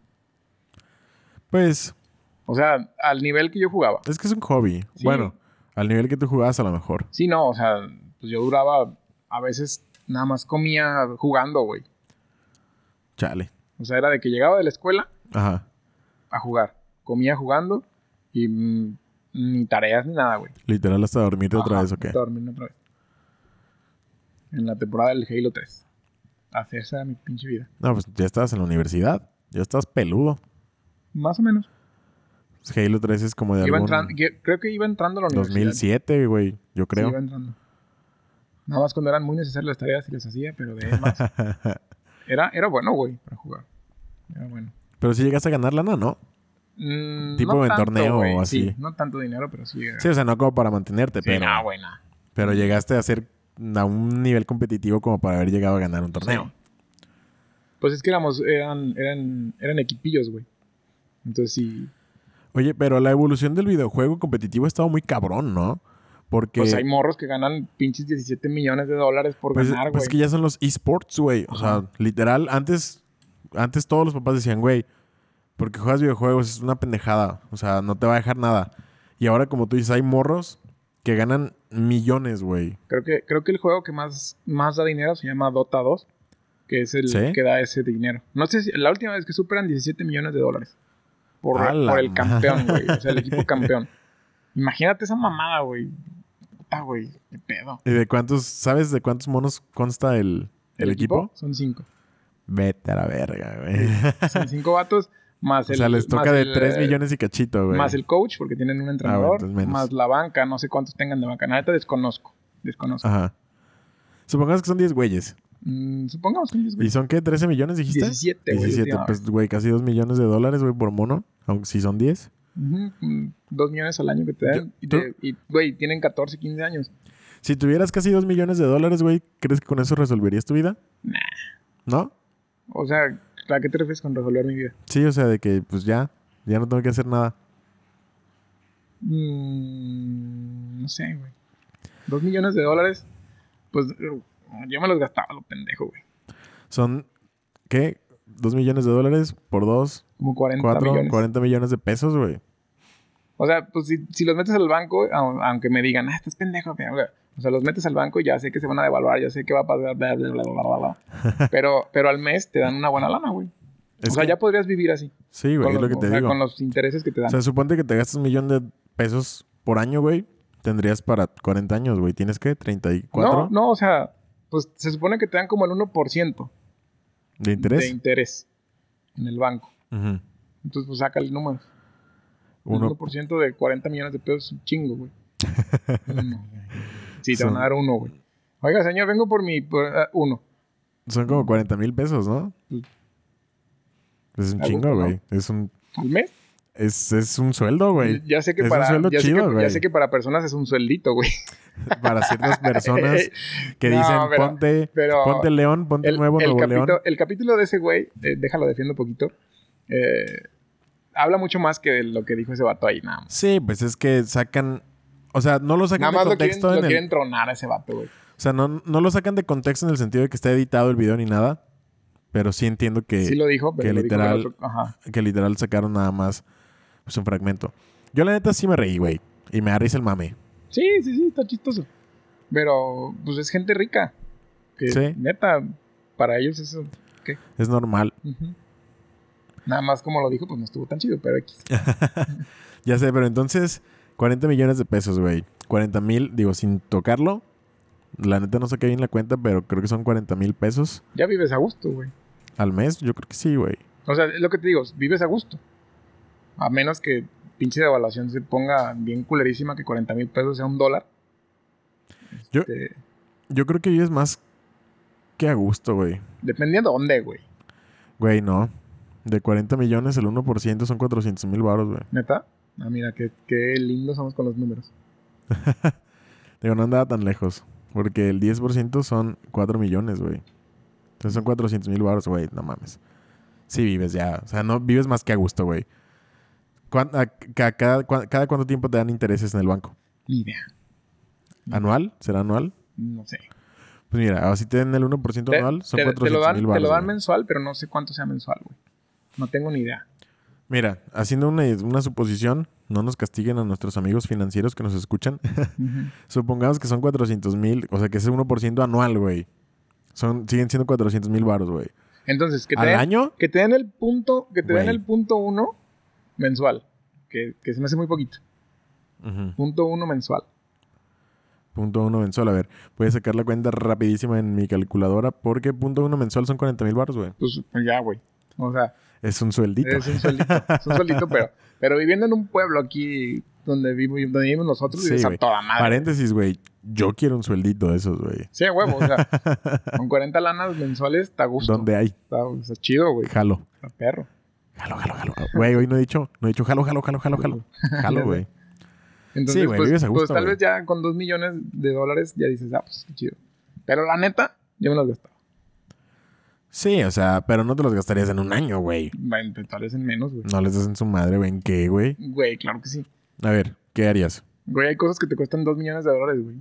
A: Pues
B: O sea, al nivel que yo jugaba.
A: es que es un hobby.
B: Sí.
A: Bueno, al nivel que tú jugabas a lo mejor.
B: Sí, no, o sea, pues yo duraba. A veces nada más comía jugando, güey.
A: Chale.
B: O sea, era de que llegaba de la escuela
A: Ajá.
B: a jugar. Comía jugando y mm, ni tareas ni nada, güey.
A: Literal hasta dormirte otra
B: Ajá,
A: vez o qué.
B: hasta dormirme otra vez. En la temporada del Halo 3. Así esa era mi pinche vida.
A: No, pues ya estabas en la universidad. Ya estás peludo.
B: Más o menos.
A: Pues Halo 3 es como de
B: Iba
A: algún
B: entrando, que- creo que iba entrando a la universidad.
A: 2007, güey. Yo
B: Sí,
A: creo.
B: iba entrando. Nada más cuando eran muy necesarias las tareas y las hacía, pero de ahí
A: *laughs*
B: en más. era, era bueno, güey, para jugar. Era bueno.
A: Pero si llegas a ganar lana, ¿no?
B: Mm,
A: Tipo en torneo
B: güey,
A: o
B: sí,
A: así.
B: no tanto dinero, pero sí. Era.
A: Sí, o sea, no como para mantenerte,
B: Sí,
A: pero,
B: no, güey, no.
A: pero llegaste a ser a un nivel competitivo como para haber llegado a ganar un torneo.
B: Sí. Pues es que éramos, eran, eran, eran equipillos, güey. Entonces sí.
A: Oye, pero la evolución del videojuego competitivo ha estado muy cabrón, ¿no? Porque.
B: Pues hay morros que ganan pinches 17 millones de dólares por
A: pues,
B: ganar, güey.
A: pues que ya son los esports, güey. O sea,
B: Ajá.
A: literal, antes, antes todos los papás decían, güey, porque juegas videojuegos es una pendejada. O sea, no te va a dejar nada. Y ahora, como tú dices, hay morros que ganan millones, güey.
B: Creo que, creo que el juego que más, más da dinero se llama Dota 2, que es el
A: ¿Sí?
B: que da ese dinero. No sé si la última vez que superan 17 millones de dólares por,
A: A la
B: por el
A: madre.
B: campeón, güey. O sea,
A: *laughs*
B: el equipo campeón. Imagínate esa mamada, güey. Puta, güey. Qué pedo.
A: ¿Y de cuántos, sabes de cuántos monos consta el, el equipo?
B: Son cinco.
A: Vete a la verga, güey.
B: Son cinco vatos
A: *laughs*
B: más
A: o
B: el.
A: sea, les toca
B: más
A: de
B: el,
A: 3 millones y cachito, güey. Ah,
B: Más el coach, porque tienen un entrenador.
A: entonces menos.
B: más la banca, no sé cuántos tengan de banca. La neta desconozco. Desconozco.
A: Ajá. Supongamos que son 10 güeyes.
B: Mm, supongamos que un diez, güey.
A: ¿Y son qué? ¿13 millones dijiste?
B: 17, güey,
A: 17,
B: última
A: pues, güey, casi 2 millones de dólares, güey, por mono. Aunque si son 10.
B: Ujú, mm, Dos millones al año que te dan. Y,
A: Yo-
B: te- y, güey, tienen 14, 15 años.
A: Si tuvieras casi 2 millones de dólares, güey, ¿crees que con eso resolverías tu vida?
B: Nah.
A: ¿No?
B: O sea, ¿a qué te refieres con resolver mi vida?
A: Sí, o sea, de que pues ya, ya no tengo que hacer nada.
B: Mm, no sé, güey. Dos millones de dólares, pues eh, yo me los gastaba, lo pendejo, güey.
A: Son, ¿qué? 2 millones de dólares por 2,
B: Como 40
A: 4,
B: millones.
A: 40 millones de pesos, güey.
B: O sea, pues si, si los metes al banco, au- aunque me digan, ah, estás pendejo, pero, güey", o sea, los metes al banco y ya sé que se van a devaluar, ya sé que va a pasar, bla, bla, bla, bla, bla,
A: *laughs*
B: bla. Pero, pero al mes te dan una buena lana, güey. O
A: Es
B: sea,
A: que-
B: ya podrías vivir así.
A: Sí, güey, es
B: con
A: lo
B: los-
A: que
B: o
A: te
B: sea,
A: digo.
B: con los intereses que te dan.
A: O sea, suponte que te gastas un millón de pesos por año, güey. Tendrías para 40 años, güey. ¿Tienes qué? ¿34?
B: No, no, o sea, pues se supone que te dan como el 1%
A: ¿De interés?
B: de interés en el banco.
A: Ujú.
B: Entonces, pues saca el número.
A: Uno-
B: El 1% de 40 millones de pesos es un
A: *laughs*
B: chingo, güey. Uno, güey. Sí, te
A: Son-
B: van a dar uno, güey. Oiga, señor, vengo por mi por, ah, uno.
A: Son como 40 mil pesos, ¿no?
B: Sí.
A: Es un
B: A gusto,
A: chingo,
B: Ah, ¿no?
A: güey. Es un
B: ¿Al mes?
A: es, es un sueldo,
B: *laughs*
A: güey.
B: Ya sé que
A: es un
B: para.
A: sueldo
B: ya,
A: chido,
B: sé que,
A: güey.
B: ya sé que para personas es un sueldito, güey. *laughs*
A: Para ciertas personas que
B: No,
A: dicen,
B: pero-
A: ponte,
B: pero
A: ponte León, ponte
B: el,
A: Nuevo,
B: el
A: Nuevo
B: capito-
A: León.
B: el capítulo de ese güey, eh, déjalo defiendo un poquito. eh, habla mucho más que de lo que dijo ese vato ahí, nada más.
A: Sí, pues es que sacan... O sea, no lo sacan
B: Nada
A: de
B: más lo quieren,
A: contexto
B: lo
A: en el...
B: quieren tronar a ese vato, güey.
A: O sea, no, no lo sacan de contexto en el sentido de que está editado el video ni nada. Pero sí entiendo que...
B: Sí lo dijo, pero
A: que
B: lo dijo con
A: literal-
B: otro- ajá.
A: que literal sacaron nada más pues, un fragmento. Yo la neta sí me reí, güey. Y me da risa el mame.
B: Sí, sí, sí, está chistoso. Pero, pues es gente rica. Que
A: Sí.
B: neta, para ellos eso.
A: Es normal.
B: ujú. Nada más como lo dijo, pues no estuvo tan chido, pero X.
A: Ya sé, pero entonces, 40 millones de pesos, güey. 40 mil, digo, sin tocarlo. La neta no saqué bien la cuenta, pero creo que son 40 mil pesos
B: Ya vives a gusto, güey.
A: al mes. Yo creo que sí, güey.
B: O sea, es lo que te digo, vives a gusto. A menos que pinche devaluación se ponga bien culerísima, que 40 mil pesos sea un dólar.
A: Yo-
B: Este,
A: Yo creo que vives más que a gusto, güey.
B: dependiendo dónde, güey.
A: Güey, no. De 40 millones, el 1% son 400 mil baros, güey.
B: Neta. Ah, mira, qué, qué lindos somos con los números.
A: Digo, no andaba tan lejos. Porque el 10% son 4 millones, güey. Entonces son 400 mil baros, güey. No mames. Sí vives ya. O sea, no vives más que a gusto, güey. ¿Cuán- a- ca- cada, cua- ¿Cada cuánto tiempo te dan intereses en el banco?
B: Ni idea.
A: ¿Anual? ¿Será anual?
B: No sé.
A: Pues mira, si te dan el 1%
B: Te-
A: anual, son
B: te, te lo
A: 400
B: dan,
A: mil
B: te lo dan
A: baros.
B: mensual, pero no sé cuánto sea mensual, güey. No tengo ni
A: *laughs*
B: idea.
A: Mira, haciendo una, una suposición, no nos castiguen a nuestros amigos financieros que nos
B: *laughs*
A: escuchan.
B: Ujú.
A: Supongamos que son 400 mil, o sea que ese 1% anual, güey. Son, siguen siendo 400 mil baros, güey.
B: Entonces, que te,
A: ¿Al
B: den,
A: año?
B: que te den el punto, que te den
A: Güey.
B: el punto uno mensual. Que, que se me hace muy poquito.
A: Ujú.
B: Punto uno mensual.
A: Punto uno mensual. A ver, voy a sacar la cuenta rapidísima en mi calculadora porque punto uno mensual son 40 mil baros, güey.
B: Pues ya, güey. O sea,
A: Es un sueldito.
B: es un solito. es un solito, pero, pero viviendo en un pueblo aquí donde, vivo, donde vivimos nosotros,
A: Sí,
B: vives a
A: güey.
B: toda madre.
A: Paréntesis, güey. Yo quiero un sueldito de esos, güey.
B: Sí, huevo.
A: *laughs*
B: O sea, con 40 lanas mensuales está a gusto.
A: Donde hay.
B: Está, está chido, güey.
A: Jalo.
B: Está perro.
A: Jalo, jalo, jalo. Güey, hoy no he dicho, no he dicho jalo, jalo, jalo, jalo,
B: *laughs*
A: jalo. Jalo, güey.
B: Entonces,
A: Sí, güey,
B: pues,
A: vives a
B: pues,
A: gusto,
B: tal
A: güey.
B: vez ya con dos millones de dólares ya dices, ah, pues qué chido. Pero la neta, yo me los gastaba.
A: Sí, o sea, pero no te los gastarías en un año, güey.
B: Bueno, pues, tal vez en menos, güey.
A: No les das en su madre, güey. ¿En qué, güey?
B: Güey, claro que sí.
A: A ver, ¿qué harías?
B: Güey, hay cosas que te cuestan 2 millones de dólares, güey.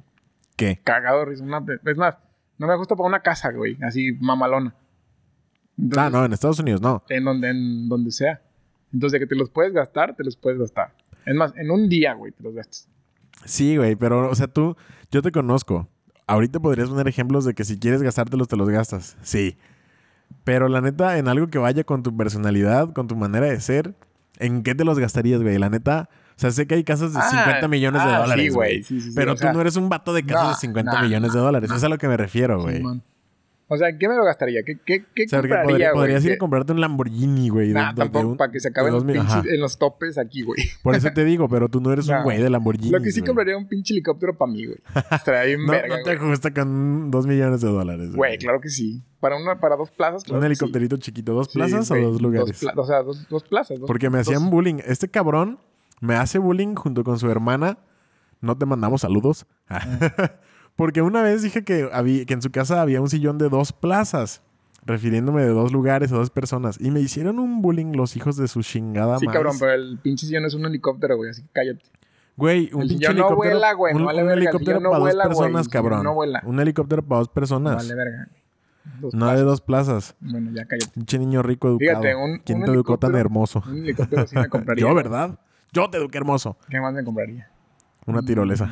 A: ¿Qué?
B: Cagado, es, una, es más, no me gusta para una casa, güey, así mamalona.
A: ah,
B: Entonces,
A: no, en Estados Unidos no.
B: En donde, en donde sea. Entonces, de que te los puedes gastar, te los puedes gastar. Es más, en un día, güey, te los gastas.
A: Sí, güey, pero, o sea, tú, yo te conozco. Ahorita podrías poner ejemplos de que si quieres gastártelos, te los gastas. Sí. Pero la neta, en algo que vaya con tu personalidad, con tu manera de ser, ¿en qué te los gastarías, güey? La neta, o sea, sé que hay casas de
B: Ah,
A: 50 millones de
B: ah,
A: dólares.
B: sí,
A: güey.
B: güey, sí, sí, sí,
A: pero
B: o
A: tú
B: sea,
A: no eres un vato de casas
B: no,
A: de 50
B: no,
A: millones de dólares. Eso es a lo que me refiero, güey.
B: Simón. O sea, ¿qué me lo gastaría? ¿Qué, qué, qué
A: O sea, porque
B: compraría,
A: podría-
B: güey?
A: podrías ir
B: ¿Qué?
A: a comprarte un Lamborghini, güey. de-
B: Nah,
A: de- de
B: tampoco,
A: un-
B: para que se acaben
A: de
B: los
A: dos mil- ajá.
B: pinches- en los topes aquí, güey.
A: Por eso te digo, pero tú no eres un
B: Nah.
A: güey de Lamborghini.
B: Lo que sí
A: güey.
B: compraría un pinche helicóptero
A: *laughs*
B: para mí, güey. Estaría bien
A: No,
B: verga,
A: no te
B: güey.
A: ajusta con dos millones de dólares.
B: Güey, claro que sí. Para, una, para dos plazas, claro
A: Un
B: que
A: helicópterito chiquito, dos
B: sí. Sí,
A: plazas o
B: güey.
A: dos lugares.
B: pla- o sea, dos, dos plazas. dos-
A: Porque me
B: dos-
A: hacían bullying. Este cabrón me hace bullying junto con su hermana. No te mandamos saludos. *laughs* Porque una vez dije que, había- que en su casa había un sillón de dos plazas, refiriéndome de dos lugares a dos personas. Y me hicieron un bullying los hijos de su chingada
B: Sí,
A: madre.
B: cabrón, pero el pinche sillón es un helicóptero, güey. Así que cállate.
A: Güey, un
B: El
A: pinche
B: sillón no
A: helicóptero.
B: vuela, güey,
A: Un,
B: no vale
A: un
B: verga, el
A: helicóptero
B: sillón no
A: para dos
B: vuela, güey,
A: personas,
B: el sillón
A: cabrón.
B: no vuela.
A: Un helicóptero para dos personas.
B: Vale, verga. Dos
A: no de
B: plazas.
A: dos plazas.
B: Bueno, ya cállate.
A: Pinche niño rico educado.
B: Fíjate, un-
A: ¿Quién
B: un
A: te educó tan
B: helicóptero-
A: hermoso?
B: Un
A: *laughs*
B: helicóptero sí me compraría.
A: Yo,
B: güey.
A: ¿verdad? Yo te eduqué hermoso.
B: ¿Qué más me compraría? Mm.
A: Una tirolesa.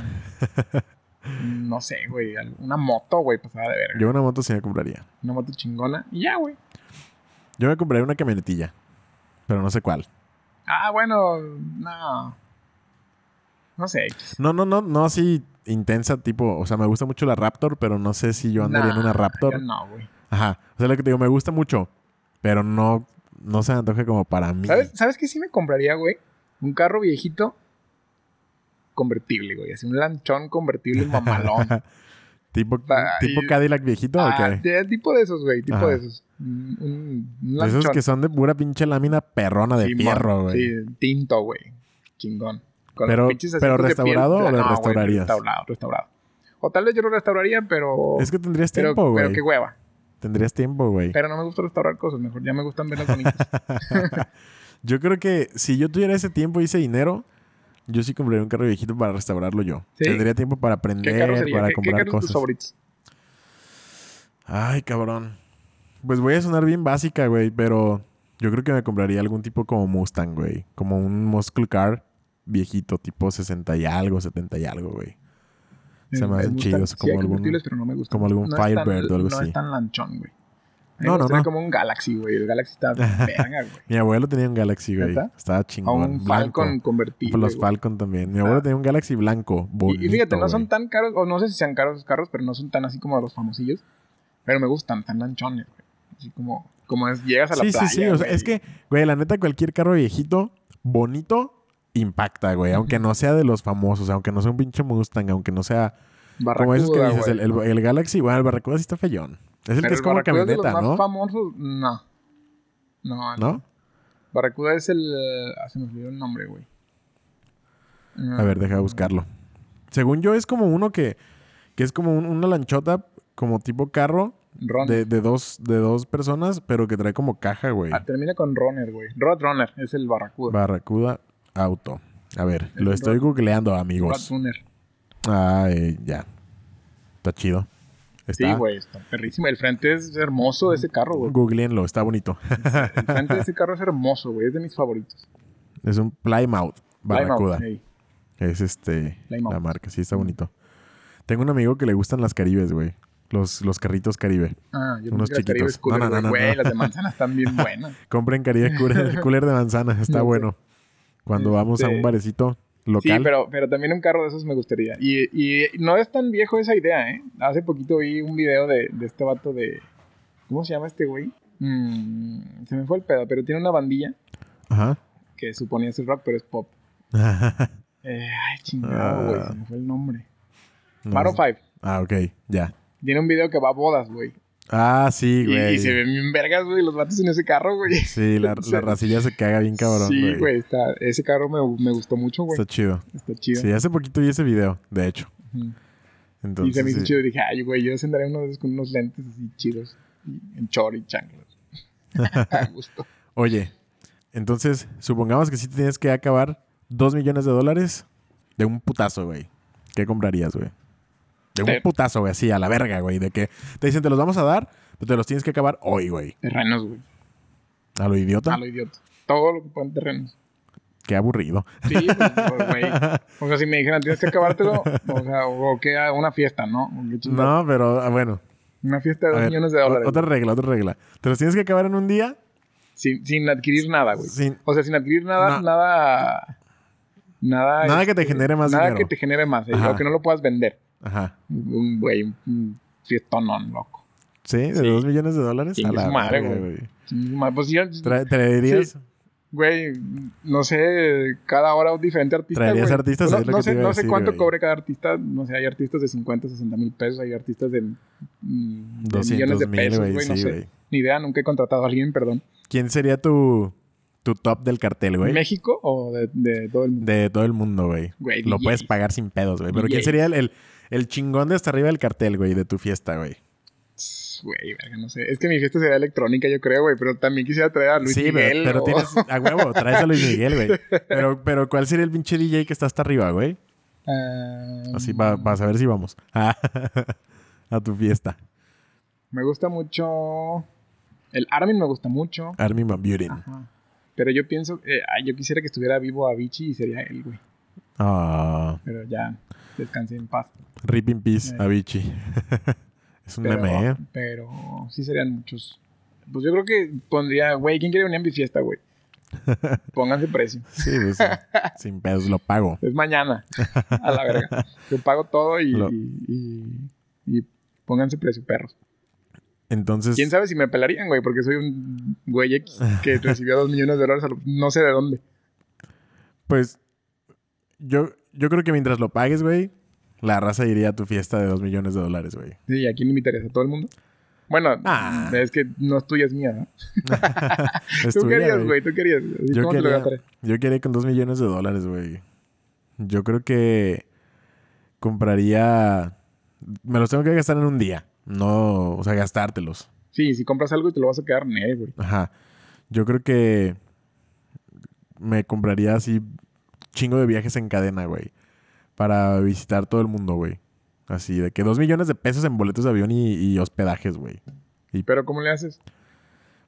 B: No sé, güey. al- Una moto, güey, pasada de verga.
A: Yo una moto sí me compraría.
B: Una moto chingona. Y ya, güey.
A: Yo me compraría una camionetilla. Pero no sé cuál.
B: Ah, bueno, no. No sé.
A: No, no, no, no así intensa, tipo. O sea, me gusta mucho la Raptor, pero no sé si yo andaría en
B: Nah,
A: una Raptor.
B: yo No, güey.
A: Ajá. O sea, lo que te digo, me gusta mucho. Pero no, no se me antoja como para mí.
B: ¿Sabes, ¿Sabes qué sí me compraría, güey? Un carro viejito convertible, güey. Así un lanchón
A: *laughs*
B: convertible mamalón.
A: Tipo,
B: Pa-
A: tipo
B: y-
A: Cadillac viejito o
B: Ah,
A: qué?
B: de- tipo de esos, güey. Tipo
A: Ajá.
B: de esos. Un, un- un
A: De
B: lanchón.
A: Esos que son de pura pinche lámina perrona de
B: Sí,
A: fierro,
B: mon,
A: güey.
B: Sí, tinto, güey. Chingón. Con
A: Pero-
B: los pinches
A: pero
B: asientos de piel. Ah,
A: ¿restaurado o lo
B: güey,
A: restaurarías?
B: restaurado, restaurado. O tal vez yo lo restauraría, pero...
A: Es que tendrías
B: pero,
A: tiempo,
B: pero
A: güey.
B: qué hueva.
A: Tendrías tiempo, güey.
B: Pero no me gusta restaurar cosas. Mejor ya me gustan verlas bonitas.
A: *laughs* Yo creo que si yo tuviera ese tiempo y ese dinero, yo sí compraría un carro viejito para restaurarlo yo.
B: ¿Sí?
A: Tendría tiempo para
B: ¿Qué carro
A: aprender,
B: sería?
A: para
B: ¿Qué, qué
A: comprar
B: carro es tus
A: cosas.
B: favoritos?
A: Ay, cabrón. Pues voy a sonar bien básica, güey, pero yo creo que me compraría algún tipo como Mustang, güey. Como un muscle car viejito, tipo 60 y algo, 70 y algo, güey. Se me hacen
B: gustan.
A: chidos,
B: Sí,
A: como
B: hay
A: algún-
B: convertibles, pero no me gustan.
A: como algún
B: No es tan-
A: Firebird o algo
B: No
A: así.
B: es tan lanchón, güey.
A: No,
B: No,
A: no,
B: no, no.
A: no.
B: como un Galaxy, güey. El
A: *laughs*
B: Galaxy está verga, güey.
A: Mi abuelo tenía un Galaxy, güey.
B: ¿Neta?
A: Estaba
B: O
A: chingón.
B: un
A: blanco.
B: Falcon convertible.
A: Los
B: güey.
A: Falcon también. Mi abuelo
B: Ah.
A: tenía un Galaxy blanco.
B: Y- Y, fíjate, no son
A: tan...
B: tan caros, o no sé si sean caros los carros, pero no son tan así como los famosillos. Pero me gustan, están lanchones, güey. Así como, como es, llegas a la
A: Sí,
B: playa.
A: sí, sí. O sea,
B: güey.
A: es que, güey, la neta, cualquier carro viejito, bonito, impacta, güey. Aunque no sea de los famosos, aunque no sea un pinche Mustang, aunque no sea... Como esos que
B: Barracuda,
A: dices, el,
B: güey.
A: el- el Galaxy, bueno, el Barracuda sí está feyón. Es el
B: Pero
A: que es como
B: Barracuda es de los
A: camioneta,
B: más
A: ¿no?
B: famosos, no. No, el
A: ¿No?
B: Barracuda es el. ah, se me olvidó el nombre, güey.
A: A ver, deja de buscarlo. Según yo, es como uno que, que es como un- una lanchota, como tipo carro,
B: Ron.
A: de, de dos, de dos personas, pero que trae como caja, güey.
B: Ah, termina con Runner, güey. Roadrunner es el Barracuda.
A: Barracuda Auto. A ver,
B: Es
A: lo
B: un
A: estoy
B: Rod-
A: googleando, amigos.
B: Roadrunner.
A: Ay, ya. Está chido. Está.
B: Sí, güey, está perrísimo. El frente es hermoso de ese carro, güey.
A: Googleenlo, está bonito. *laughs*
B: El frente de ese carro es hermoso, güey. Es de mis favoritos.
A: es un Plymouth Barracuda.
B: Plymouth, ey.
A: Es este.
B: Plymouth.
A: La marca, sí, está bonito. Tengo un amigo que le gustan las Caribes, güey. los- los carritos Caribe.
B: Ah, yo
A: Unos
B: unos chiquitos.
A: chiquitos.
B: Cooler,
A: No, no, no,
B: güey.
A: no,
B: Güey,
A: no.
B: las de manzana
A: *laughs*
B: están bien buenas.
A: Compren
B: *laughs*
A: Caribe cooler, el cooler de manzana, está
B: Sí,
A: bueno. Cuando vamos a un
B: Este,
A: barecito
B: Sí,
A: local.
B: pero, pero también un carro de esos me gustaría. Y, y no es tan viejo esa idea, ¿eh? Hace poquito vi un video de, de este vato de... ¿Cómo se llama este güey? Mm, se me fue el pedo, pero tiene una bandilla *laughs*
A: Ajá.
B: que suponía ser rock, pero es pop. Eh, ay, chingado, güey. Se me fue el nombre.
A: Ah. No
B: Maroon
A: sé.
B: 5.
A: Ah, ok, ya.
B: Tiene un video que va a bodas, güey.
A: Ah, sí,
B: Y,
A: güey.
B: y se ven bien vergas, güey, los vatos en ese carro, güey.
A: Sí,
B: *laughs*
A: la,
B: se-
A: la racilla se caga bien cabrón,
B: Sí, güey. está- Ese carro me, me gustó mucho, güey.
A: Está chido.
B: Está chido.
A: Sí, hace poquito vi ese video, de hecho.
B: Ujú.
A: Entonces,
B: y se me hizo
A: sí.
B: chido. Dije, ay, güey, yo andaré uno de esos con unos lentes así chidos. y- En chor y
A: *laughs*
B: chanclas. A gusto.
A: Oye, entonces, supongamos que sí tienes que acabar dos millones de dólares De un putazo, güey. ¿Qué comprarías, güey? De
B: Te-
A: un putazo, güey, así, a la verga, güey. De que te dicen, te los vamos a dar, pero te los tienes que acabar hoy, güey.
B: Terrenos, güey.
A: A lo idiota.
B: A lo idiota. Todo lo que puedan terrenos.
A: Qué aburrido.
B: Sí, pues,
A: *laughs*
B: pues, güey. O sea, si me dijeran, tienes que acabártelo, o sea, o que a una fiesta, ¿no? O qué chingado.
A: No, pero ah, bueno.
B: Una fiesta de
A: A
B: dos
A: ver,
B: millones de
A: o-
B: dólares.
A: Otra regla, otra regla. Te los tienes que acabar en un día.
B: Sin, sin adquirir nada, güey.
A: Sin-
B: O sea, sin adquirir nada,
A: No.
B: nada. Nada. este,
A: Nada que te genere más
B: Nada
A: dinero.
B: que te genere más. eh,
A: Ajá.
B: o que no lo puedas vender.
A: Ajá.
B: Un güey, un fiestonón, loco.
A: Sí, de
B: Sí.
A: dos millones de dólares.
B: Chingue su madre,
A: verga,
B: güey. Ma- Pues yo,
A: Tra- ¿Traerías?
B: Sí. güey, no sé, cada hora un diferente artista.
A: Traerías
B: güey.
A: artistas,
B: No,
A: es lo
B: no
A: que te
B: sé,
A: iba a
B: no sé
A: decir,
B: cuánto
A: güey.
B: cobre cada artista. No sé, hay artistas de 50, 60 mil pesos, hay artistas de, mm, de
A: 200
B: millones de
A: mil,
B: pesos,
A: güey,
B: güey. No
A: sí,
B: sé.
A: güey.
B: Ni idea, nunca he contratado a alguien, perdón.
A: ¿Quién sería tu, tu top del cartel, güey?
B: ¿México o de, de todo el mundo?
A: De todo el mundo, güey.
B: Güey,
A: Lo
B: DJs.
A: puedes pagar sin pedos, güey. Pero ¿quién
B: DJs.
A: sería el, el, el chingón de hasta arriba del cartel, güey? De tu fiesta, güey.
B: Tss, Güey, verga, no sé. Es que mi fiesta sería electrónica, yo creo, güey. Pero también quisiera traer a Luis
A: Sí,
B: Miguel.
A: pero, pero
B: o-
A: tienes... A huevo, traes a Luis Miguel,
B: *laughs*
A: güey. Pero, pero ¿cuál sería el pinche DJ que está hasta arriba, güey?
B: Ah,
A: Así para saber si vamos. *laughs* Ah, a tu fiesta.
B: Me gusta mucho... El Armin me gusta mucho.
A: Armin Van Buren.
B: Ajá. Pero yo pienso... eh, ay, yo quisiera que estuviera vivo Avicii y sería él, güey.
A: Ah,
B: Pero ya, descansé en paz.
A: Rip in Peace,
B: Eh.
A: Avicii. *laughs* es un
B: Pero,
A: meme, ¿eh?
B: pero sí serían muchos. Pues yo creo que pondría... Güey, ¿quién quiere venir a mi
A: *laughs*
B: fiesta, güey? Pónganse precio.
A: Sí,
B: *laughs*
A: pues, sí. sin pedos lo pago.
B: Es mañana. A
A: *laughs*
B: la verga. Yo pago todo y...
A: Lo-
B: y- y- y pónganse precio, perros.
A: Entonces,
B: ¿Quién sabe si me pelarían, güey? Porque soy un
A: *laughs*
B: güey X que recibió dos millones de dólares a lo- no sé de dónde.
A: pues yo, yo creo que mientras lo pagues, güey, la raza iría a tu fiesta de 2 millones de dólares, güey.
B: Sí, ¿a quién invitarías? ¿A todo el mundo? Bueno,
A: Ah.
B: es que no es tuya, es mía, ¿no?
A: Es
B: Tú
A: tuya,
B: querías, güey, tú querías. Así,
A: Yo
B: ¿Cómo te lo
A: quería,
B: gastarías?
A: yo quería con 2 millones de dólares, güey. Yo creo que compraría... Me los tengo que gastar en un día. No, o sea, gastártelos.
B: Sí, si compras algo y te lo vas a quedar en él, güey.
A: Ajá. Yo creo que me compraría así chingo de viajes en cadena, güey. Para visitar todo el mundo, güey. Así, de que dos millones de pesos en boletos de avión y, y hospedajes, güey.
B: Pero ¿cómo le haces?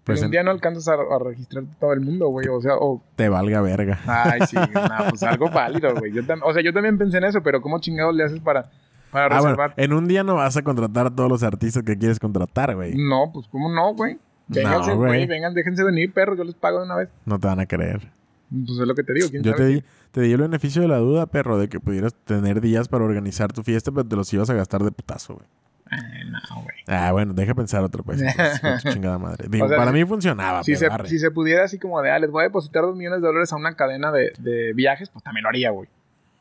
A: Pues
B: en un
A: en-
B: día no alcanzas a, a registrar todo el mundo, güey. O sea, o...
A: Te valga verga.
B: Ay, sí, nah, pues algo válido, güey. Yo tam- O sea, yo también pensé en eso, pero ¿cómo chingados le haces para, para
A: Ah, bueno,
B: reservar?
A: en un día no vas a contratar a todos los artistas que quieres contratar, güey.
B: No, pues ¿cómo no, güey? Vénganse,
A: No, güey.
B: güey, vengan, déjense venir, perros, yo les pago de una vez.
A: No te van a creer.
B: Pues es lo que te digo, ¿quién
A: Yo
B: sabe?
A: te di, te di el beneficio de la duda, perro, de que pudieras tener días para organizar tu fiesta, pero te los ibas a gastar de putazo, güey.
B: Ay, no, güey.
A: Ah, bueno, deja pensar otro,
B: *laughs*
A: pues. entonces, con tu chingada madre. Digo,
B: O sea,
A: para
B: si-
A: mí funcionaba,
B: Si
A: pero
B: se,
A: arre.
B: si se pudiera así como de, ah, les voy a depositar dos millones de dólares a una cadena de, de viajes, pues también lo haría, güey.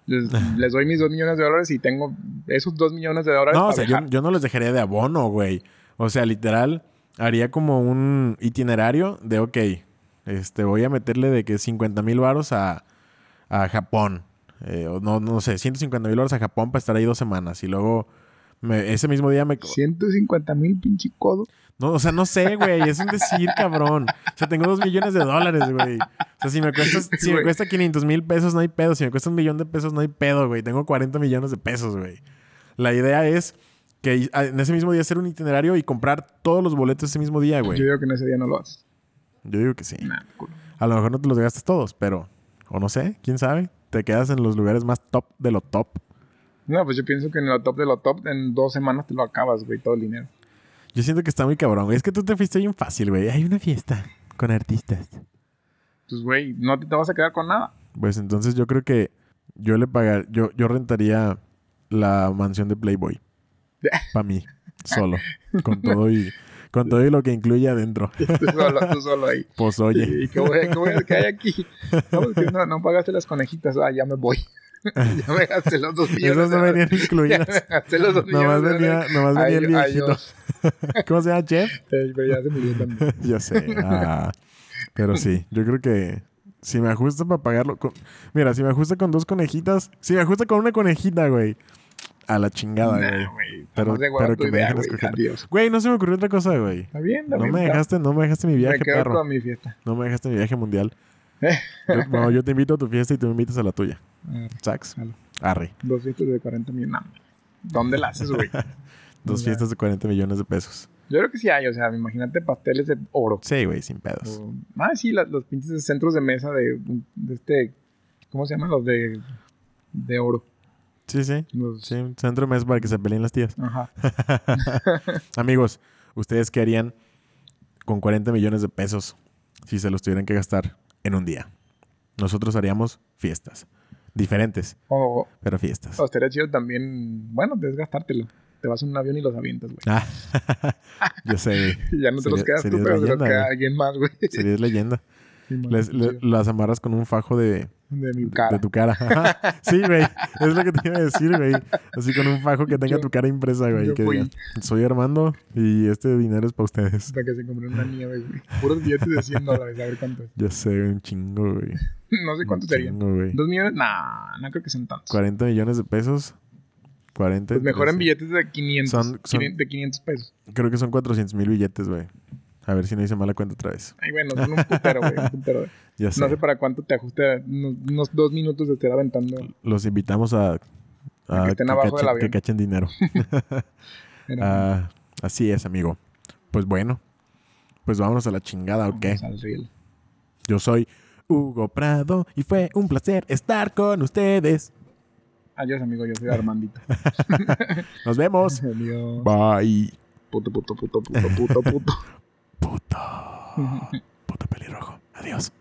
A: *laughs*
B: Les, les doy mis dos millones de dólares y tengo esos dos millones de dólares
A: No, o
B: para
A: sea, yo,
B: viajar.
A: yo no les dejaría de abono, güey. O sea, literal, haría como un itinerario de, ok, este, voy a meterle de que 50 mil varos a, a Japón. Eh, o no, no sé, 150 mil varos a Japón para estar ahí dos semanas. Y luego, me- ese mismo día me...
B: 150 mil pinche codo.
A: No, o sea, no sé, güey. Es un decir, cabrón. O sea, tengo dos millones de dólares, güey. O sea, si me cuesta,
B: *laughs*
A: si me
B: Güey.
A: cuesta 500 mil pesos, no hay pedo. Si me cuesta un millón de pesos, no hay pedo, güey. Tengo 40 millones de pesos, güey. La idea es que i- a- en ese mismo día hacer un itinerario y comprar todos los boletos ese mismo día, güey.
B: Yo digo que en ese día no lo haces.
A: Yo digo que sí.
B: Nah, culo.
A: A lo mejor no te los gastas todos, pero... O no sé, quién sabe. Te quedas en los lugares más top de lo top.
B: No, pues yo pienso que en lo top de lo top, en dos semanas te lo acabas, güey, todo el dinero.
A: Yo siento que está muy cabrón, güey. Es que tú te fuiste bien fácil, güey. Hay una fiesta con artistas.
B: Pues, güey, no te, te vas a quedar con nada. *laughs*
A: Pues entonces yo creo que yo le pagar, yo, yo rentaría la mansión de Playboy.
B: *laughs*
A: Para mí, solo. Con todo y con todo y lo que incluye adentro.
B: Tú solo, tú solo ahí.
A: Pues *laughs* oye.
B: ¿Y qué, voy, qué, voy- qué hay aquí? No, pues, que no, no pagaste las conejitas. Ah, ya me voy. *laughs* ya me gasté los
A: *laughs*
B: dos millones.
A: Esas
B: de
A: no venían
B: dólares. *laughs* Ya me
A: incluidas.
B: gasté
A: *laughs*
B: los dos
A: Nomás
B: millones de
A: venía,
B: dólares.
A: nomás venía el
B: Ay,
A: viejito.
B: adiós.
A: ¿Cómo se llama,
B: *laughs*
A: Jeff? *laughs*
B: Eh, pero ya se murió también.
A: Yo sé. ah. Pero sí, yo creo que si me ajusta para pagarlo. con- Mira, si me ajusta con dos conejitas. Si me ajusta con una conejita, güey. A la chingada,
B: Nah,
A: güey.
B: güey,
A: Pero-
B: nomás de
A: pero que
B: guardar tu
A: me
B: idea,
A: dejen
B: güey.
A: escoger.
B: Adiós.
A: Güey, no se me ocurrió otra cosa, güey.
B: Está bien, está
A: No
B: bien,
A: me
B: está-
A: dejaste, no me dejaste mi viaje,
B: Me quedo
A: perro.
B: con Eh. mi fiesta.
A: No me
B: *laughs*
A: dejaste mi viaje mundial. Yo, no, yo te invito a tu fiesta y tú me invitas a la tuya.
B: Ah,
A: Sax.
B: Jalo.
A: Arre.
B: Dos fiestas de 40 millones. No, ¿Dónde la haces,
A: *laughs*
B: güey?
A: Dos
B: Ya.
A: fiestas de 40 millones de pesos.
B: Yo creo que sí hay, o sea, imagínate pasteles de oro.
A: Sí, güey, sin pedos.
B: O- ah, sí, las- los pinches centros de mesa de, de este. ¿Cómo se llaman? Los de, de oro.
A: Sí, sí.
B: Los-
A: Sí, un centro de mesa para que se peleen las tías.
B: Ajá.
A: Amigos, ¿ustedes qué harían con 40 millones de pesos si se los tuvieran que gastar en un día? Nosotros haríamos fiestas. Diferentes,
B: O,
A: pero fiestas.
B: o estaría chido también, bueno, desgastártelo. Te vas en un avión y los avientas, güey.
A: Ah, *laughs* yo sé, güey.
B: Y *laughs* ya no te los
A: Sería-
B: quedas tú,
A: serías
B: pero se los
A: leyenda,
B: queda
A: güey.
B: alguien más, güey. *laughs*
A: Serías leyenda.
B: Sí, man,
A: Les- le-
B: chido.
A: las amarras con un fajo de,
B: de mi
A: de
B: cara.
A: tu
B: *laughs*
A: cara. Ajá. sí, güey. Es lo que te iba a decir, güey. Así con un fajo que tenga
B: Yo-
A: tu cara impresa, güey.
B: yo
A: Que
B: fui.
A: diga, soy Armando y este dinero es para ustedes.
B: Hasta que se compró una nieve, güey. Puros billetes de 100 dólares, a ver cuánto es.
A: Yo sé, un chingo, güey.
B: *laughs* No sé cuánto
A: Un
B: serían.
A: chingo, güey.
B: ¿Dos millones? Nah, no creo que sean tantos.
A: 40 millones de pesos. 40.
B: Pues mejor en
A: sí.
B: billetes de 500,
A: Son- son-
B: quinien- de 500 pesos.
A: Creo que son 400 mil billetes, güey. A ver si no hice mala cuenta otra vez.
B: Ay, bueno, son un putero, güey. un
A: *laughs*
B: putero, güey.
A: Ya sé.
B: No sé para cuánto te ajuste. Unos, unos dos minutos de estar aventando.
A: Los invitamos a, a
B: que estén abajo del
A: cachen,
B: avión.
A: que cachen
B: *laughs*
A: dinero.
B: Era,
A: Ah, así es, amigo. Pues bueno. Pues vámonos a la chingada, ¿ok?
B: vamos al riel.
A: Yo soy Hugo Prado y fue un placer estar con ustedes.
B: Adiós,
A: *laughs*
B: amigo. Yo soy Armandito.
A: Nos vemos.
B: Adiós.
A: Bye.
B: Puto, puto, puto, puto, puto, puto.
A: *laughs* Puto. Puto pelirrojo. Adiós.